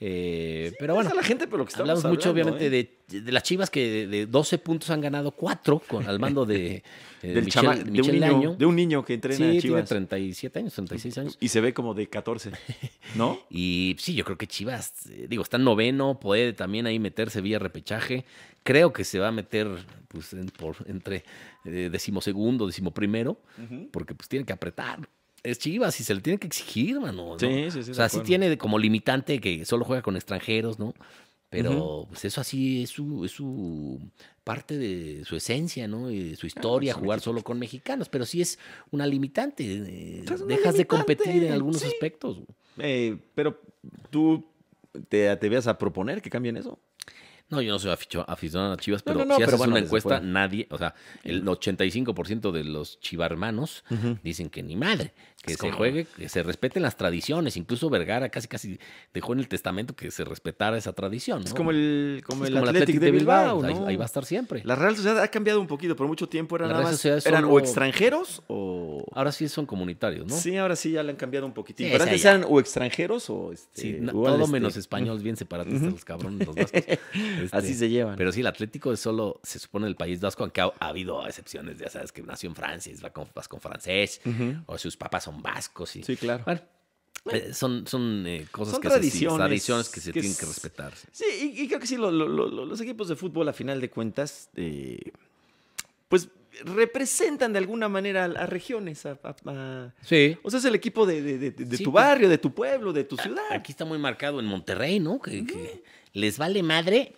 Eh, pero bueno,
Esa es la gente, pero lo que estamos
hablamos mucho,
hablando,
obviamente,
¿eh?
de, de las chivas que de, de 12 puntos han ganado 4 con, al mando de, eh,
Del
Michel-
chama- de, un
Michel
niño,
Año.
de un niño que entrena
Sí,
a
tiene
Chivas
37 años, 36 años.
y se ve como de 14, ¿no?
Y sí, yo creo que Chivas, eh, digo, está en noveno, puede también ahí meterse vía repechaje. Creo que se va a meter pues, en- por, entre eh, decimosegundo, decimoprimero, porque pues tiene que apretar. Es Chivas y se le tiene que exigir, mano. ¿no?
Sí, sí, sí, de
O sea, sí
acuerdo.
tiene de- como limitante que solo juega con extranjeros, ¿no? Pero
Ujú.
pues eso así es su, es su parte de su esencia, ¿no? Y de
Ah,
su historia,
es un
jugar
equipo
solo con mexicanos, pero sí es una limitante. eh,
O sea, es una
Dejas de competir en
limitante,
algunos
sí.
aspectos. güey.
Eh, pero tú te atrevías a proponer que cambien eso.
No, yo no soy aficho- aficionado a Chivas, pero
no, no,
si
pero
haces
bueno,
una
desde
encuesta,
fuera.
nadie, o sea, el 85% de los chivarmanos dicen que ni madre, que
Es
se
como-
juegue, que se respeten las tradiciones. Incluso Vergara casi casi dejó en el testamento que se respetara esa tradición.
Es
¿no?
como el, como
Es
el
como
Athletic, de Bilbao,
pues ahí-
¿no?
ahí, va a estar siempre.
La Real Sociedad ha cambiado un poquito, por mucho tiempo eran
La
nada
Real
más
Sociedad
eran
solo-
o extranjeros o
Ahora sí son comunitarios, Ah, ¿no?
Sí, ahora sí ya le han cambiado un poquitín.
Sí,
Pero
esa
antes
ya.
eran o extranjeros o este,
Sí, na-
o al
todo
este-
menos español, bien separatistas los cabrones, los vascos.
Así
Este,
se llevan.
Pero sí, el Atlético es solo, se supone, el país vasco, aunque ha, ha habido excepciones, ya sabes, que nació en Francia, es vasco, vasco francés,
Ujú.
o sus papás son vascos. Y,
Sí, claro.
Bueno, eh, son, son eh, cosas
Son
que se- sí,
tradiciones
tradiciones que se
que
tienen que
es-
respetar. sí.
Sí, y, y creo que sí, lo- lo- lo- lo- los equipos de fútbol, a final de cuentas, eh, pues representan de alguna manera a, a regiones. a- a- a- o sea, es el equipo de, de- de- de
Sí,
tu
pues.
barrio, de tu pueblo, de tu ciudad.
Aquí está muy marcado en Monterrey, ¿no? Que, que les vale madre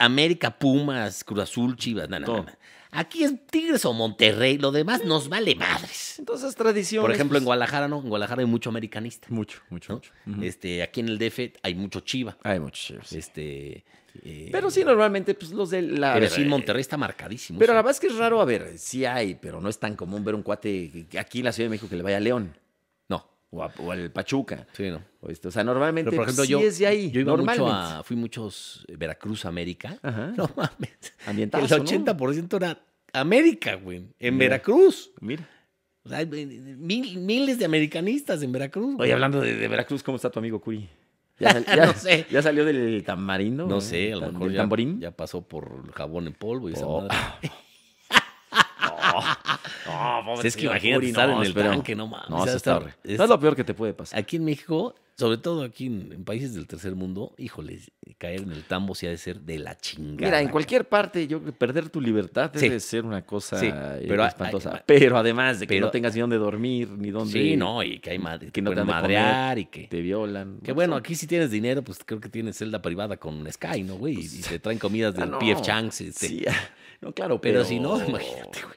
América, Pumas, Cruz Azul, Chivas, nada,
Todo.
Aquí es Tigres o Monterrey, lo demás nos vale madres.
Entonces, tradiciones.
Por ejemplo, en
pues,
Guadalajara, ¿no? En Guadalajara hay mucho americanista.
Mucho, mucho,
¿no?
mucho. Ujú.
este, aquí en el DF hay mucho Chiva.
Hay muchos. Chiefs.
Este, eh,
Pero sí, normalmente, pues los de la. eh,
pero sí, Monterrey está marcadísimo.
Pero
sí.
la verdad es que es raro, a ver, sí hay, pero no es tan común ver un cuate que- que aquí en la Ciudad de México que le vaya a León
No,
o, a- o al Pachuca.
sí, no.
O, este, o sea, normalmente
Pero por ejemplo,
pues,
yo,
sí es de ahí.
yo iba mucho
normalmente.
a. Fui muchos eh, Veracruz, América.
Ajá.
No mames. El
Ambientazo, ¿no?
80% era América, güey. En
Mira.
Veracruz.
Mira.
O sea, hay eh, mil- miles de americanistas en Veracruz. güey.
Oye, hablando de, de Veracruz, ¿cómo está tu amigo Curi? Ya, sal- ya-
No sé.
ya salió del tamarindo?
No sé, a lo
¿Del
mejor ya,
tamborín?
ya pasó por jabón en polvo y esa
Oh.
madre.
No, pobre
es que
señor
imagínate
Curi,
estar en el
espero.
tanque, no mames,
No, eso
ha
está
de estar-
horrible.
es-
No es lo peor que te puede pasar.
Aquí en México, sobre todo aquí en, en países del tercer mundo, híjoles, caer en el tambo sí ha de ser de la chingada.
Mira, en cualquier parte, yo creo que perder tu libertad
Sí.
debe ser una cosa
Sí,
eh,
pero hay-
espantosa.
hay-
pero además de que
pero-
no tengas ni dónde dormir, ni dónde
Sí, no, y que hay madre,
que
que
no
no
te
pueden
han de
madrear y que.
te violan.
Que bueno, aquí si tienes dinero, pues creo que tienes celda privada con Sky, ¿no, güey? Y, y te traen comidas
Ah,
del
no.
PF Chang's. este.
Sí, no, claro, pero,
pero, si no, imagínate, güey.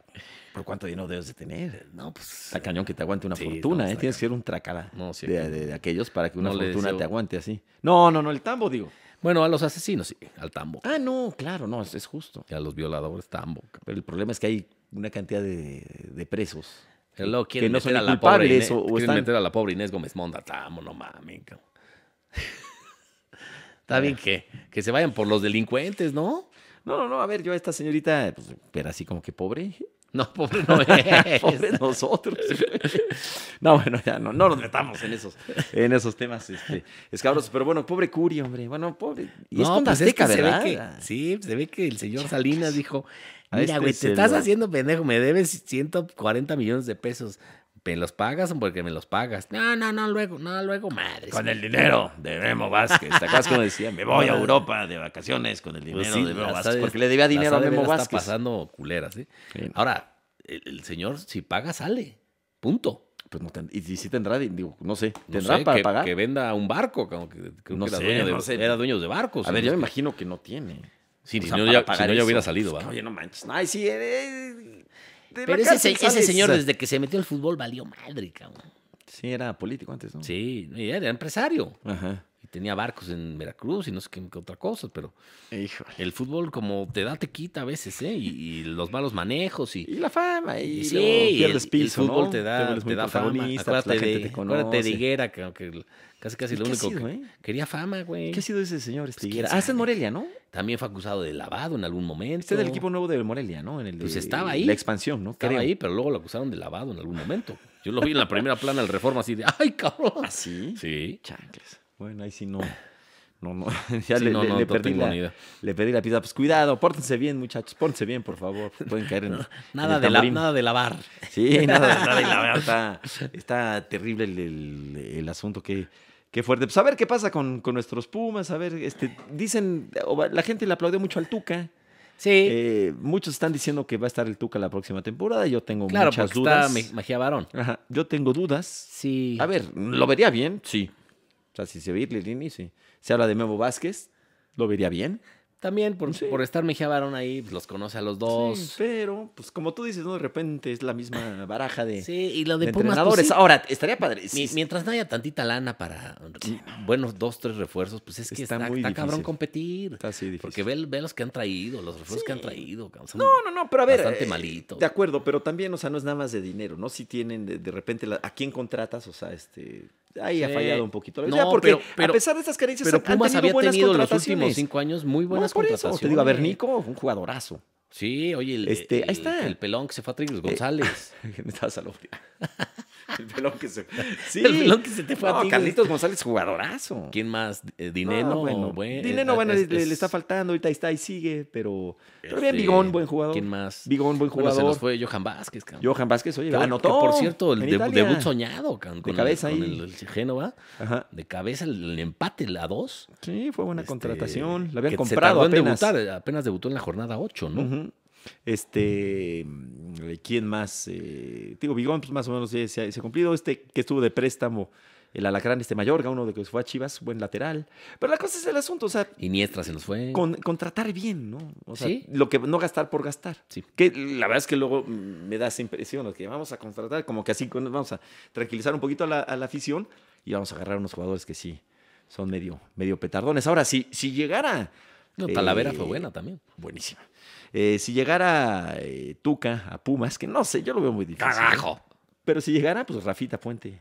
¿Por cuánto dinero debes de tener?
No, pues.
Está cañón que te aguante una
Sí,
fortuna,
no,
¿eh?
está
Tienes que ser un tracala
No, sí,
de,
aquí-
de- de aquellos para que una
no le
fortuna
deseo-
te aguante así. No, no, no, el tambo, digo.
Bueno, a los asesinos, sí, al tambo.
Ah, no, claro, no, es, es justo.
Y a los violadores, tambo. cabrón.
Pero el problema es que hay una cantidad de, de presos.
Pero luego quieren,
que no
meter,
son
a
ni
la pobre
culpables
Inés,
o- o
quieren
están-
meter a la pobre Inés Gómez Monda. Tamo, no mames. cabrón. Está bien que, que se vayan por los delincuentes, ¿no?
No, no, no, a ver, yo a esta señorita, pues, pero así como que pobre.
No, pobre no es.
Pobre nosotros. no, bueno, ya no, no nos metamos en esos, en esos temas este, escabrosos. Pero bueno, pobre Curi, hombre. Bueno, pobre. Y es
No,
con
pues es que
Azteca,
se ve
¿verdad?
que- sí, se ve que el señor Salinas
pues,
dijo,
A
mira,
este
güey,
se
te estás
lo-
haciendo pendejo, me debes 140 millones de pesos. ¿Me los pagas o porque me los pagas? No, no, no, luego, no, luego, madre.
Con el dinero de Memo Vázquez. ¿Te acuerdas cómo decía? Me voy a
Ahora-
Europa de vacaciones con el dinero
Pues sí,
de Memo
las
Vázquez.
ha de-
Porque le debía
las
dinero
ha
a
de ver,
Memo
la
Vázquez.
Está pasando culeras, ¿sí?
Sí.
Ahora, el, el señor, si paga, sale. Punto.
Pues no ten- y, si sí tendrá, di- digo, no sé.
No
¿Tendrá
sé,
para
que,
pagar?
Que venda un barco, como que creo
No
que era,
sé,
dueño de,
no sé.
era dueño de barcos.
a ver,
¿no?
yo me imagino que no tiene.
Sí,
O
si
sea,
no,
para
ya, si
pagar
no ya
eso.
hubiera salido,
Pues,
¿va?
Oye, no manches. Ay, sí, eh, eh, de
Pero
la
ese,
cárcel
se- ese
sales.
señor, desde que se metió al fútbol, valió madre, cabrón.
Sí, era político antes, ¿no?
Sí, y era empresario.
Ajá.
Y tenía barcos en Veracruz y no sé qué, qué otra cosa, pero
Híjole.
el fútbol como te da, te quita a veces, ¿eh? Y, y los malos manejos y...
Y la fama, y,
y
luego
y el-
pierdes
el,
piso,
fútbol
¿no?
te da,
vuelves
te
muy
da fama.
protagonista, pues,
Acuérdate,
la gente te
de, acuérdate de
conoce.
Higuera, que, que casi casi
¿Y
lo
qué ha
único
sido,
que...
eh?
Quería fama, güey.
¿Qué ha sido ese señor, este
Pues, quién
Higuera? Ah, está en
sabe.
Morelia, ¿no?
También fue acusado de lavado en algún momento.
Está Este del equipo nuevo de Morelia, ¿no? En el
Pues
de
estaba ahí.
La expansión, ¿no?
Estaba
Creo.
ahí, pero luego lo acusaron de lavado en algún momento. Yo lo vi en la primera plana del Reforma así de, ¡ay, cabrón!
¿Ah, sí?
Sí.
Chancles. Bueno, ahí sí no. No, no. Ya
Sí,
le,
no,
le-
no,
le
no
perdí
tengo
la,
ni idea.
le pedí la pizza. Pues cuidado, pórtense bien, muchachos. Pórtense bien, por favor. Pueden caer en. en
Nada
el
de, la-
tamborín.
nada de lavar.
Sí, nada, nada. Y la verdad está, está terrible el, el- el asunto. Qué, qué fuerte. Pues a ver qué pasa con, con nuestros Pumas. A ver, este, dicen. o va- La gente le aplaudió mucho al Tuca.
Sí.
Eh, muchos están diciendo que va a estar el Tuca la próxima temporada. Yo tengo
claro,
muchas
porque
dudas.
está me- magia varón.
Ajá, Yo tengo dudas.
Sí.
A ver, ¿lo vería bien? Sí. O sea, si se ve Irlini, sí. Se habla de Memo Vázquez, ¿lo vería bien?
También por,
Sí.
por estar Mejía Barón ahí, pues, los conoce a los dos.
Sí,
Sí,
pero, pues como tú dices, ¿no? De repente es la misma baraja de,
y lo
de
de, Pumas. pues,
entrenadores.
sí.
Ahora, estaría padre.
Mi-
Sí,
mientras no haya tantita lana para buenos dos, tres refuerzos, pues es que
Está
está,
muy
está cabrón
difícil.
competir.
está así difícil.
Porque ve, ve los que han traído, los refuerzos que han
Sí.
traído. cabrón. Son-
No, no, no, pero a ver. eh,
Bastante malito.
De acuerdo, pero también, o sea, no es nada más de dinero, ¿no? Si tienen de, de repente la- a quién contratas, o sea, este. Ahí ha
Sí.
fallado un poquito. la
No,
vida, porque
pero-
a
pero-
pesar de estas carencias,
Pero
han- han
Pumas
tenido
había
buenas
tenido los
contrataciones.
últimos cinco años muy buenas
no, por eso,
contrataciones.
Te digo, a ver, Nico, un jugadorazo.
Sí, oye, el,
Este, ahí
el-
está. Eh,
el pelón que se fue a Tigres González.
Me estabas al hombre. El pelón que se. Sí.
El pelón que se te fue a
No,
Tigres.
Carlitos González, jugadorazo.
¿Quién más? Eh,
No,
Dineno.
bueno.
buen-
Dineno,
eh,
bueno,
es-
le, le
es-
está faltando. Ahorita ahí está y sigue, pero. Pero bien,
este,
Vigón, buen jugador.
¿Quién más?
Vigón, buen
Bueno, se
jugador.
nos fue Johan Vázquez, cabrón.
Johan Vázquez, oye,
Que bueno,
anotó.
que, por cierto, el
en
debu-
Italia.
debut soñado, cabrón, con, el-
cabeza
con
ahí.
el, el Génova.
Ajá.
De cabeza el, el empate, la 2.
Sí, fue buena
Este,
contratación. La habían
que se
comprado
tardó en
apenas.
debutar, apenas debutó en la jornada 8, ¿no?
Ujú. Este, mm, ¿quién más? Eh, digo, Vigón, pues más o menos eh, se, ha- se ha cumplido. Este que estuvo de préstamo, el Alacrán, este Mayorga, uno de que fue a Chivas, buen lateral. Pero la cosa es el asunto, o sea,
Iniestra se nos fue.
con- contratar bien, ¿no? O sea,
Sí.
lo que no gastar por gastar.
Sí.
Que la verdad es que luego mm, me da esa impresión, lo que vamos a contratar, como que así con- vamos a tranquilizar un poquito a la, a la afición y vamos a agarrar unos jugadores que sí son medio, medio petardones. Ahora, si, si llegara.
No, Talavera fue
eh,
buena también.
Buenísima. Eh, si llegara eh, Tuca a Pumas, que no sé, yo lo veo muy difícil. ¿eh?
¡Carajo!
Pero si llegara, pues Rafita Puente.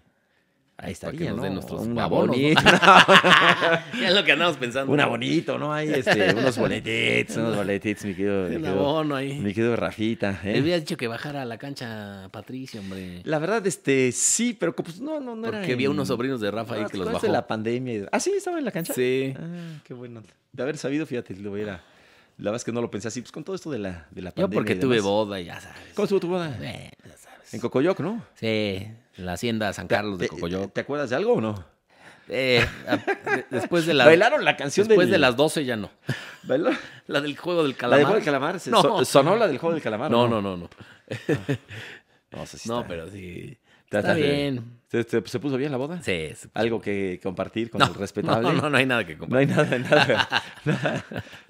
Ahí
Para que
estaría,
nos
¿no?
den nuestros
Un
abonos, ¿no?
abonito,
Ya es lo que andamos pensando.
un abonito, ¿no? Hay este, unos boletitos, unos boletitos, mi querido, mi
Un
querido,
abono ahí.
mi querido Rafita. ¿eh?
Le hubiera dicho que bajara a la cancha Patricio, hombre.
La verdad, este, sí, pero pues no, no, no era.
Porque había
en-
unos sobrinos de Rafa ahí
Ah,
que los
con
bajó.
esto de la pandemia. y- Ah, sí, estaba en la cancha.
Sí.
Ah, qué bueno. De haber sabido, fíjate, lo hubiera. La verdad es que no lo pensé así, pues con todo esto de la, de la
Yo
pandemia.
porque
y
tuve
demás.
boda, ya sabes.
¿Cómo estuvo tu boda?
Eh, ya sabes.
En Cocoyoc, ¿no?
Sí, en la hacienda San Carlos de
¿Te-
Cocoyoc.
¿Te acuerdas de algo o no?
Eh, a- de- después de la
Bailaron la canción
después
del-
de las 12 ya no.
Bailó-
La del juego del
La
calamar.
del juego del calamar. se-
No.
so- sonó la del juego del calamar.
No, no, no, no.
No, sé si
No,
está-
pero sí.
está-
Está,
está
bien.
¿Se, se- se puso bien la boda?
Sí, es-
Algo que compartir con
no,
el Ah, pues, respetable.
No, no, no hay nada que
No
comparar.
hay nada, nada, nada,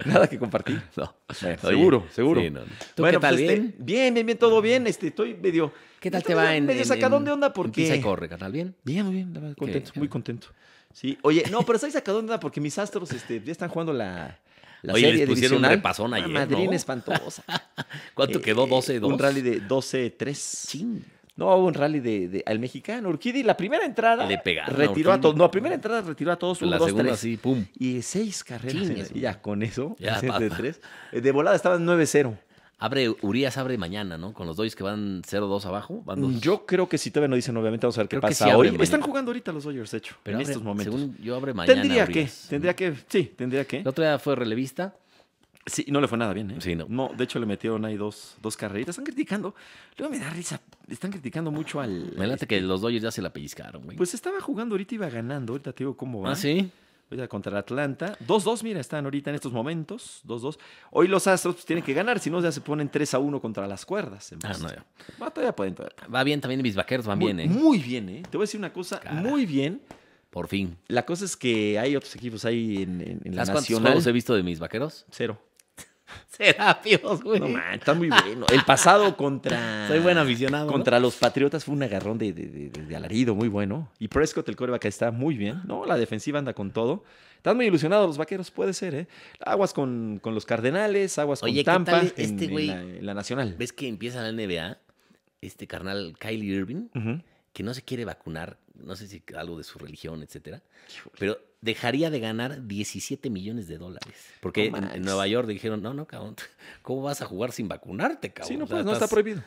nada que compartir. Bueno,
No. Oye,
seguro, seguro.
sí, no, no. ¿Tú
Bueno,
qué tal?
pues, este,
¿Bien?
bien, bien, bien, todo bien. Este, estoy medio.
¿Qué tal te
estoy
va
medio-
en
Medio
en-
sacadón
en-
de onda
en
porque.
Pisa y corre, carnal, bien.
Bien, muy bien, la verdad, contento,
Qué-
muy contento. Sí, oye, no, pero estáis sacado de onda porque mis astros este, ya están jugando la, la
Oye, les
serie
pusieron un
divisional.
repasón
Una
ayer,
Madrid
¿no?
espantosa.
¿Cuánto
Eh,
quedó? 12 2.
Un rally de 12-3.
Chin.
No, hubo un rally de, de- al mexicano. Urquidi, la primera entrada.
Le pegaron a
Retiró a
Urquidi.
todos. No, primera entrada retiró a todos. Uno,
La
dos,
segunda
tres.
sí, pum.
Y seis carreras.
Chingues,
y ya con eso.
Ya,
de,
papá.
tres. Eh, de volada estaban 9-0.
Abre, Urias abre mañana, ¿no? Con los Dodgers que van 0-2 abajo. Van dos.
Mm, Yo creo que si todavía no dicen, obviamente, vamos a ver qué
Creo que
pasa
sí abren
hoy.
mañana.
Están jugando ahorita los Dodgers, de hecho, en
abre-
estos momentos.
Según yo abre mañana.
Tendría que,
Urias.
tendría que, sí, tendría que.
La otra día fue relevista.
Sí, no le fue nada bien, ¿eh?
Sí, no.
de hecho le metieron ahí dos, dos carreritas. Están criticando. Luego me da risa. Están criticando mucho al.
Me late que los Dodgers ya se la pellizcaron, güey.
Pues estaba jugando ahorita, iba ganando. Ahorita te digo cómo va.
ah, sí.
Ahorita contra Atlanta. 2-2, mira, están ahorita en estos momentos. 2-2. Hoy los Astros pues, tienen que ganar, si no ya se ponen 3-1 contra las cuerdas. en
Ah, no,
Boston.
ya.
Ah, todavía pueden. todavía.
Va bien también mis vaqueros, van
muy,
bien, ¿eh?
muy bien, ¿eh? Te voy a decir una cosa,
Cara.
muy bien.
Por fin.
La cosa es que hay otros equipos ahí en, en- en la
¿Sabes cuántos
nacional.
juegos he visto de mis vaqueros?
Cero.
Serapios, güey.
No man, está muy bueno. El pasado contra.
Soy buen aficionado. ¿no?
Contra los Patriotas fue un agarrón de, de- de- de- de alarido muy bueno. Y Prescott, el coreback, está muy bien. No, la defensiva anda con todo. Están muy ilusionados los vaqueros, puede ser, ¿eh? Aguas con, con los Cardenales, aguas
Oye, ¿qué
con Tampa.
tal
en-
este
en,
güey?
la, en la Nacional.
¿Ves que empieza la NBA? Este carnal Kylie Irving,
Ujú.
que no se quiere vacunar, no sé si algo de su religión, etcétera, pero dejaría de ganar 17 millones de dólares. Porque
No
en, en
manches.
Nueva York dijeron, no, no, cabrón, ¿cómo vas a jugar sin vacunarte, cabrón?
Sí, no
O sea,
puedes, no está
estás-
prohibido.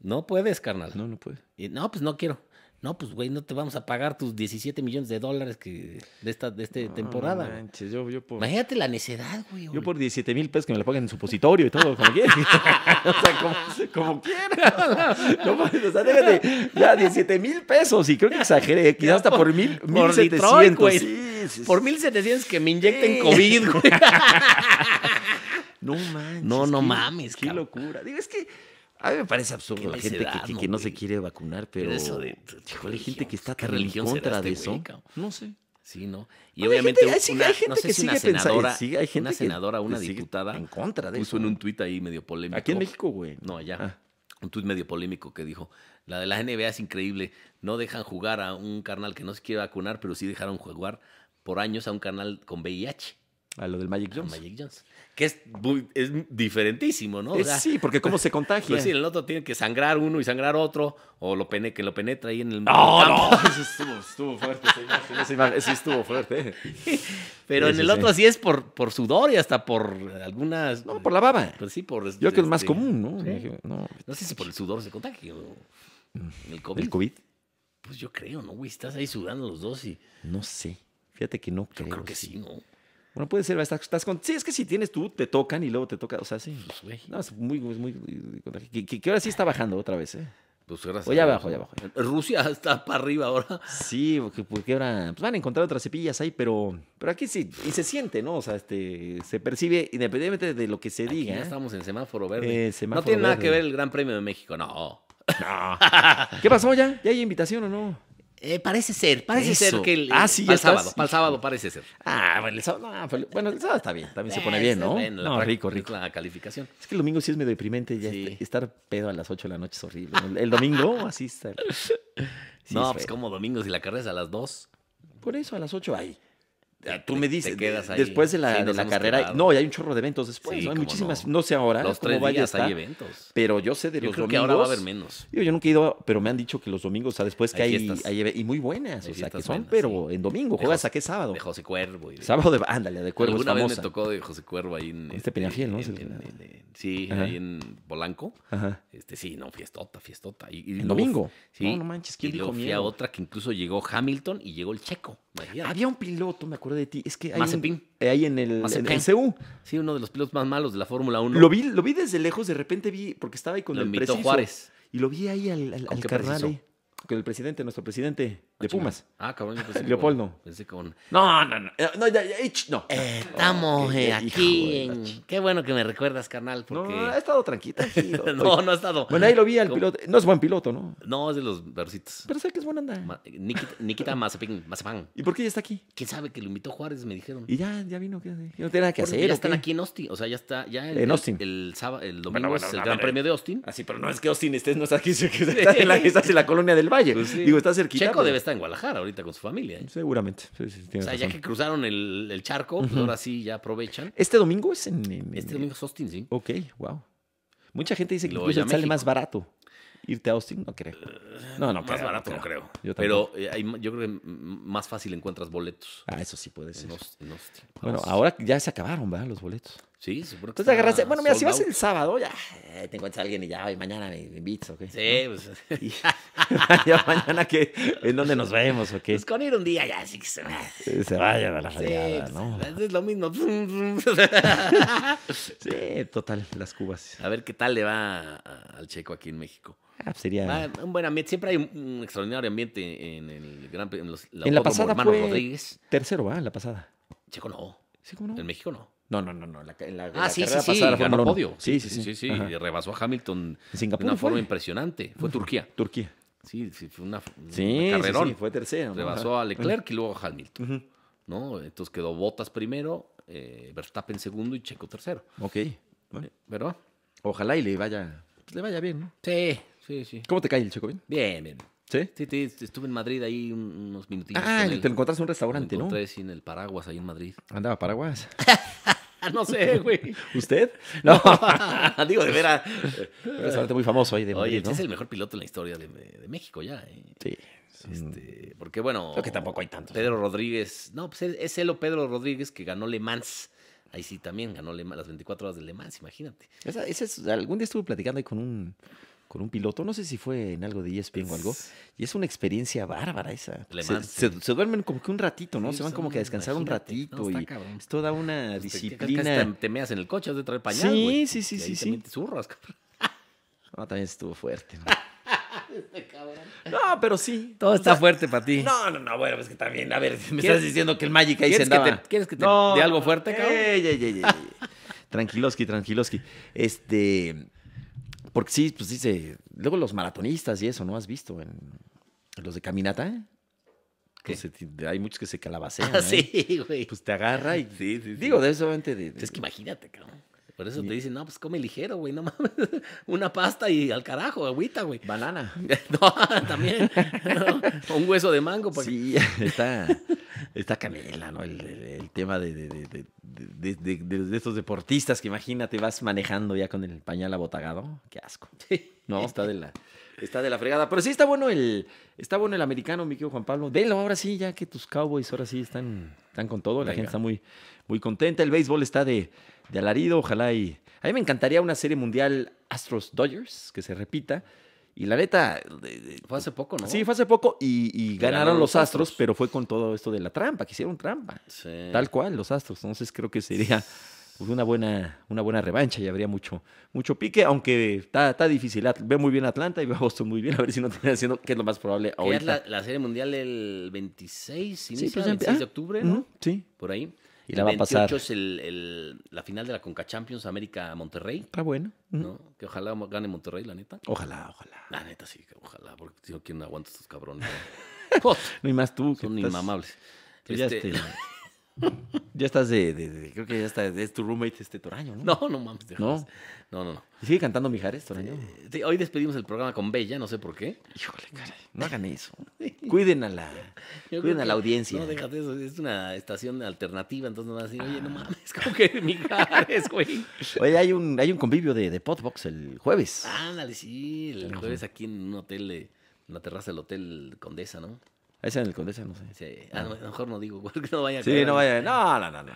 No puedes, carnal.
No, no puede.
Y, no, pues no quiero. No, pues güey, no te vamos a pagar tus 17 millones de dólares que de esta de esta
No
temporada. güey.
manches, yo, yo por,
Imagínate la necedad, güey.
yo
hombre.
por 17 mil pesos que me la paguen en supositorio y todo, como quieras. o sea, como, como quieras. No puedes, o sea, déjate. Ya, 17 mil pesos. Y creo que exageré. Quizás hasta por mil,
Por
mil
Detroit,
setecientos.
güey.
Sí, sí,
Por
sí.
1700 que me inyecten
Sí.
COVID, güey.
No manches.
No, no
qué-
mames,
Qué
cabrón.
locura. Digo, es que a mí me parece absurdo
Qué
la gente que,
necedad,
que-
¿no,
que no
güey?
se quiere vacunar, pero.
Pero eso de-
Híjole, hay gente
religión,
que está
¿qué
tan en
religión será
contra de
este güey,
eso.
cabrón?
no sé.
Sí, ¿no? Y
Bueno, hay
obviamente
gente- hay- sí,
una-
hay gente
no sé
que
si una
sigue pensando-
senadora,
sí, hay gente
una
que
senadora, una
sigue
diputada
en contra de eso.
puso en un tuit ahí medio polémico.
Aquí en México, güey.
No, allá.
Ah.
Un tuit medio polémico que dijo, la de la NBA es increíble, no dejan jugar a un carnal que no se quiere vacunar, pero sí dejaron jugar por años a un carnal con VIH,
A lo del Magic
a
Johnson.
Magic Johnson. Que es, muy- es diferentísimo, ¿no? O
Eh,
sea,
sí, porque cómo se contagia.
pues sí, el otro tiene que sangrar uno y sangrar otro, o lo pene, que lo penetra ahí en el campo.
No, no, eso estuvo, estuvo fuerte esa imagen, esa imagen, sí estuvo fuerte. eh.
Pero
Sí,
en
sí,
el
sí.
otro sí es por, por sudor y hasta por algunas.
No, por la baba.
Pues sí, por.
Yo creo que es más
este,
común, ¿no?
sí.
No,
No sé si por el sudor se contagia. o El COVID.
Mm, ¿El COVID?
Pues yo creo, ¿no, güey? Estás ahí sudando los dos y.
No sé. Fíjate que no
Yo
creo.
creo que sí, ¿no?
Bueno, puede ser, va, estás, estás con... Sí, es que si tienes tú, te tocan y luego te toca, o sea, sí.
Pues, güey.
No, es muy, es muy... Que, que- que ahora sí está bajando otra vez, ¿eh?
Pues gracias.
O ya
a Dios,
abajo,
¿no?
ya abajo.
Rusia está para arriba ahora.
Sí, porque, porque ahora pues van a encontrar otras cepillas ahí, pero, pero aquí sí, y se siente, ¿no? O sea, este, se percibe, independientemente de lo que se
Aquí
diga.
ya
¿eh?
estamos en semáforo verde.
Eh, semáforo
no tiene nada que
verde.
ver el Gran Premio de México, no.
¿Qué pasó ya? ¿Ya hay invitación o no?
Eh, parece ser, parece
Eso.
ser que el. eh,
Ah, sí, ya
para el
estás.
sábado, para el sábado parece ser.
Ah, bueno, el sábado, no, fue- bueno, el sábado está bien, también se pone
Eh,
bien, ¿no?
bueno, la
No,
práctica
rico,
es
rico.
La calificación.
Es que el domingo sí es medio deprimente, ya
Sí.
est- estar pedo a las 8 de la noche es horrible. El, el domingo así está. Sí,
no,
es
pues
feo.
como domingos y la carrera es a las 2.
Por eso a las 8 hay. ah,
Te-
Tú
te-
me
te
dices,
quedas
de-
ahí.
después de la,
Sí,
de
nos
la
hemos
carrera,
quedado.
no, y hay un chorro de eventos después,
Sí,
¿no? Pues, Hay
cómo
muchísimas,
no.
no, sé ahora
Los
cómo
tres
vaya a
días hay
estar,
eventos.
pero yo sé de
Yo
los
creo
domingos.
que ahora va a haber menos.
Digo, yo nunca he ido, pero me han dicho que los domingos, o sea, después que
Hay
hay,
fiestas.
hay eve- y muy buenas,
Hay
o sea, que
fiestas
son,
buenas,
pero
sí.
en domingo,
De
juegas
José-
a qué sábado.
De José Cuervo. y de-
Sábado de, ándale, de cuervos
Alguna vez me
famosa.
tocó de José Cuervo ahí en.
Este Peñafiel, ¿no?
en-
Es el-
en- en- en- sí,
Ajá.
ahí en Polanco.
Ajá.
Este, sí, no, fiestota, fiestota. Y, y
¿En
luego-
domingo?
Sí.
No, no manches, ¿quién
y luego
dijo
fui a
miedo?
otra que incluso llegó Hamilton y llegó el Checo. imagínate.
Había un piloto, me acuerdo de ti, es que hay
Mazepin.
un- eh, ahí en el en- en,
Mazepin.
CU.
Sí, uno de los pilotos más malos de la Fórmula Ah, 1.
Ah. Lo vi, lo vi desde lejos, de repente vi, porque estaba ahí con
Lo
el
invitó
preciso.
Juárez.
Y lo vi ahí al, al,
¿Con
al
qué
carnal,
preciso?
eh, con el presidente, nuestro presidente
Ah,
de
chinga.
Pumas.
Ah, cabrón. yo pensé con-
Leopoldo.
Pensé con.
No, no, no. eh, No, ya, ya, ich, no.
Estamos
Ok,
eh,
ya, hijo
aquí.
de la
en-
chi-
Qué bueno que me recuerdas, carnal, porque.
No, ha estado tranquilo. tranquilo.
no, no ha estado.
Bueno, ahí lo vi al
¿Cómo?
piloto. No es buen piloto, ¿no?
No, es de los versitos.
Pero sé que es buena onda.
Ma- Nikita, Nikita Mazepin, Mazepin.
¿Y por qué ya está aquí?
¿Quién sabe que lo invitó Juárez? Me dijeron.
Y ya, ya vino. ¿qué? hace? No tiene nada que
Bueno,
hacer.
ya
¿o
están
qué?
aquí en Austin. O sea, ya está. Ya el,
En Austin. Ah,
El, sábado, el domingo
Bueno, bueno,
es el
a
Gran
ver.
Premio de Austin.
Así, pero no es que Austin estés, no estás aquí, sino que estás en la, estás en la colonia del Valle.
Pues sí.
Digo, está cerquita.
Checo
pero-
debe estar en Guadalajara ahorita con su familia. ¿eh?
Seguramente. sí, sí,
O
tienes
sea, ya
razón.
que cruzaron el, el charco, pues ahora sí ya aprovechan.
Este domingo es en. en-
Este
en-
domingo es Austin, sí.
Ok, wow. Mucha gente dice que
Luego
incluso
ya
te sale
México. Eh,
más barato irte a Austin, no creo. No, no,
más
pero-
barato, no
pero-
creo.
Yo
Pero eh, hay ma- yo creo que mm, más fácil encuentras boletos
Ah, eso sí puede ser.
en Aus- en Austin.
Bueno,
Vamos.
ahora ya se acabaron, ¿verdad? Los boletos.
Sí, supongo
Entonces
que está
agarraste. Bueno, mira, si
sold
vas
out.
el sábado, ya eh, te encuentras a alguien y ya, hoy mañana me me invitas, ¿ok?
Sí, pues.
Y- ya mañana que. ¿En dónde nos vemos, ok?
pues con ir un día ya sí que se va.
Eh, Se vaya a la
Sí,
fregada,
pues,
¿no?
Es lo mismo.
Sí, total, las cubas.
A ver qué tal le va a- al checo aquí en México.
Ah, sería.
Va, un buen ambiente. Siempre hay un, un extraordinario ambiente en el Gran Premio. En, los- el
En la
Autódromo
pasada
Hermano
fue-
Rodríguez.
Tercero, ¿va? En la pasada.
Checo no.
¿Sí, cómo
En
no?
México no.
No, no, no, no. la ca- en la, en
Ah,
la
sí, sí,
carrera
sí.
pasada la
Ganó
Fórmula uno.
podio.
Sí, sí, sí.
sí,
Ajá.
y rebasó a Hamilton
En
de
Singapur.
una
fue.
forma impresionante. Fue Turquía.
Turquía.
Sí, sí, fue una, un
Sí,
carrerón.
sí, sí, fue tercero. ¿no?
Rebasó
Ajá.
a Leclerc y luego a Hamilton.
Ujú.
¿no? Entonces quedó Bottas primero, eh, Verstappen segundo y Checo tercero.
Ok. Bueno,
¿Verdad?
ojalá y le vaya, pues, le vaya bien, ¿no?
Sí, sí, sí.
¿Cómo te cae el Checovin?
Bien, bien.
¿Sí?
Sí, sí, estuve en Madrid ahí un- unos minutitos.
Ah,
con él.
te lo encontraste en un
Me
restaurante, ¿no?
encontré, sí, en el paraguas ahí en Madrid.
Andaba paraguas.
Ah, no sé, güey.
¿Usted? No,
Digo, de veras.
un restaurante muy famoso ahí de Madrid,
Oye,
¿no?
este es el mejor piloto en la historia de, de México ya. ¿eh?
Sí. Mm.
Este, porque bueno.
Creo que tampoco hay tantos.
Pedro Rodríguez. No, pues es- es él o Pedro Rodríguez que ganó Le Mans. Ahí sí también ganó Le Mans, las 24 horas de Le Mans, imagínate.
Esa- ese es- algún día estuve platicando ahí con un, con un piloto, no sé si fue en algo de E ESPN o algo, y es una experiencia bárbara esa.
Le
Se,
Mans,
se-
sí.
se duermen como que un ratito, ¿no?
Sí,
se van
son-
como que a descansar un
imagínate,
ratito
no, está
y
cabrón.
es toda una
Pues, te-
disciplina.
casi Te, te meas en el coche, has de traer pañal.
Sí,
güey.
sí, sí,
Y
sí,
ahí
sí.
también te zurras, cabrón.
No, también estuvo fuerte. ¿no? No, pero sí.
Todo está fuerte para ti.
No, no, no, bueno, es que también, a ver, me
¿Quieres-
estás diciendo que el Magic ahí se
¿Quieres que
andaba.
te- quieres que te
No, eh,
dé algo
no,
fuerte, cabrón?
ey, ey, ey, ey, ey. Tranquiloski, tranquiloski. Este, porque sí, pues dice, luego los maratonistas y eso, ¿no has visto? En, en los de caminata,
¿Qué?
pues, se ti- hay muchos que se calabacean.
Ah,
¿eh?
sí, güey.
Pues te agarra y...
sí, sí.
Digo, de eso, obviamente, de, de-
Es que imagínate, cabrón. Por eso te dicen, no, pues come ligero, güey, no mames. Una pasta y al carajo, agüita, güey.
banana.
No, también. ¿no? Un hueso de mango. Para
Sí, está, está canela, ¿no? El, el- el tema de, de, de- de- de- de- de- de estos deportistas que imagínate, vas manejando ya con el pañal abotagado. Qué asco. No, está de la, está de la fregada. Pero sí está bueno el, está bueno el americano, mi querido Juan Pablo. Delo ahora sí, ya que tus Cowboys ahora sí están, están con todo. La
Venga.
gente está muy, muy contenta. El béisbol está de, de alarido, ojalá y. A mí me encantaría una serie mundial Astros Dodgers que se repita. Y la neta, de- de-
Fue hace poco, ¿no?
Sí, fue hace poco y, y ganaron,
ganaron
los
los
Astros,
Astros.
pero fue con todo esto de la trampa, que hicieron trampa.
Sí.
Tal cual, los Astros. Entonces creo que sería pues, una buena, una buena revancha y habría mucho, mucho pique, aunque está, está difícil. At- Ve muy bien Atlanta y ve a Boston muy bien, a ver si no termina haciendo, que es lo más probable
Que ya es
ahorita.
la, la serie mundial el 26, inicia,
pues ya
26 de
empie- ah,
octubre, ¿no?
Ujú, Sí,
Por ahí.
Y
El
la va a pasar.
28 es el- el- la final de la Conca Champions América Monterrey,
está bueno. Ujú.
¿no? Que ojalá gane Monterrey, la neta.
Ojalá, ojalá.
La neta sí, que ojalá, porque si no, ¿quién aguanta estos cabrones? no? Pot,
No hay más tú. que
Son
estás-
inmamables.
tú ya,
Este,
este- ya estás de, de- de- Creo que ya está, es tu roommate este Toraño, ¿no?
No, no mames. déjame.
No.
No, no, no.
¿Y sigue cantando Mijares, Toraño?
Eh, sí, hoy despedimos el programa con Bella, no sé por qué.
Híjole, caray. No hagan eso. Cuiden a la,
Yo
cuiden
creo
a la
que-
audiencia.
No, déjate eso. Es una estación alternativa, entonces nos van a decir, oye, no mames, como que mijares, güey.
Oye, hay un, hay un convivio de, de Podbox el jueves.
Ándale, sí. El jueves aquí en un hotel, eh, en la terraza del Hotel Condesa, ¿no?
Ahí está en el Condesa, no sé.
Sí. Ah, no, mejor no digo, güey, que no vaya a
Sí,
caer
no
ahí.
vaya. No, no, no, no.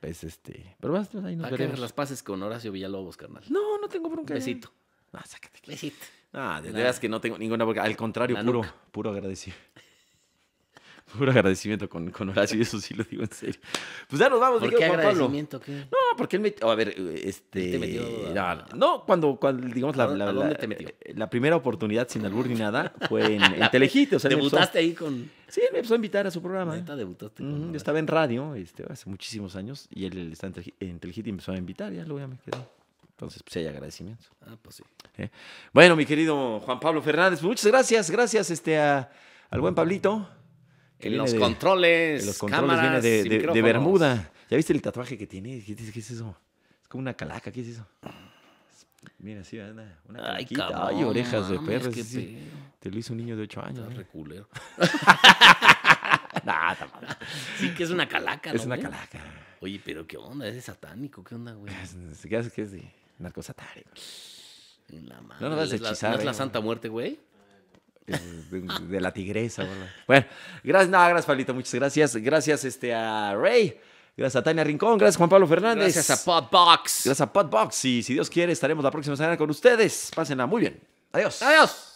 Es este. Pero vas, ahí nos
Va a caer
veremos.
las paces con Horacio Villalobos, carnal.
No, no tengo bronca. ya.
Besito.
No, sácate. aquí.
Besito.
No, de
Nada.
veras que no tengo ninguna bronca. Al contrario,
La
puro,
nuca.
puro agradecimiento. Puro agradecimiento con, con Horacio, y eso sí lo digo en serio. Pues ya nos vamos, mi
¿Por qué
querido Juan Pablo.
agradecimiento? ¿Qué?
No, porque él metió. A ver, este.
Él te metió a-
no, no, cuando, cuando, digamos, la,
¿A dónde-
la-
a dónde
la-
te metió?
la primera oportunidad sin albur ni nada fue en, en Telehit. O sea, él me empezó-
Debutaste ahí con...
Sí, él me empezó a invitar a su programa.
Neta, debutaste
Ujú,
con...
yo estaba en radio este, hace muchísimos años y él, está en, Telehit- en Telehit y empezó a invitar, ya luego ya me quedé. Entonces, pues hay agradecimiento.
Ah, pues sí.
Bueno, mi querido Juan Pablo Fernández, pues, muchas gracias, gracias este, a- al buen Pablito. que
En
viene
los
de-
controles,
en los controles viene
cámaras,
de,
y
de- de
micrófonos.
Bermuda. ¿Ya viste el tatuaje que tiene? ¿Qué, es- qué es eso? Es como una calaca, ¿qué es eso? Es- Mira, sí, anda, una
Ay,
calaquita.
cabrón,
Ay, orejas de
mames,
perro. sí,
qué
sí.
pedo.
Te lo hizo un niño de 8 años.
Está
¿no?
re culero.
Nah, tampoco.
Sí, que es una calaca, ¿no,
es una
güey?
calaca.
Oye, pero ¿qué onda? ¿Es de satánico? ¿Qué onda, güey?
Se queda que es de narcosatánico.
La madre.
no vas a
¿Es la-
hechizar, eh.
¿No es la
güey.
Santa Muerte, güey?
Es De, de la tigresa. boludo. Bueno, gracias, no, gracias, Pablito. Muchas gracias. Gracias este, a Ray. Gracias a Tania Rincón. Gracias, Juan Pablo Fernández.
Gracias a Podbox.
Gracias a Podbox. Y si Dios quiere, estaremos la próxima semana con ustedes. Pásenla muy bien. Adiós.
Adiós.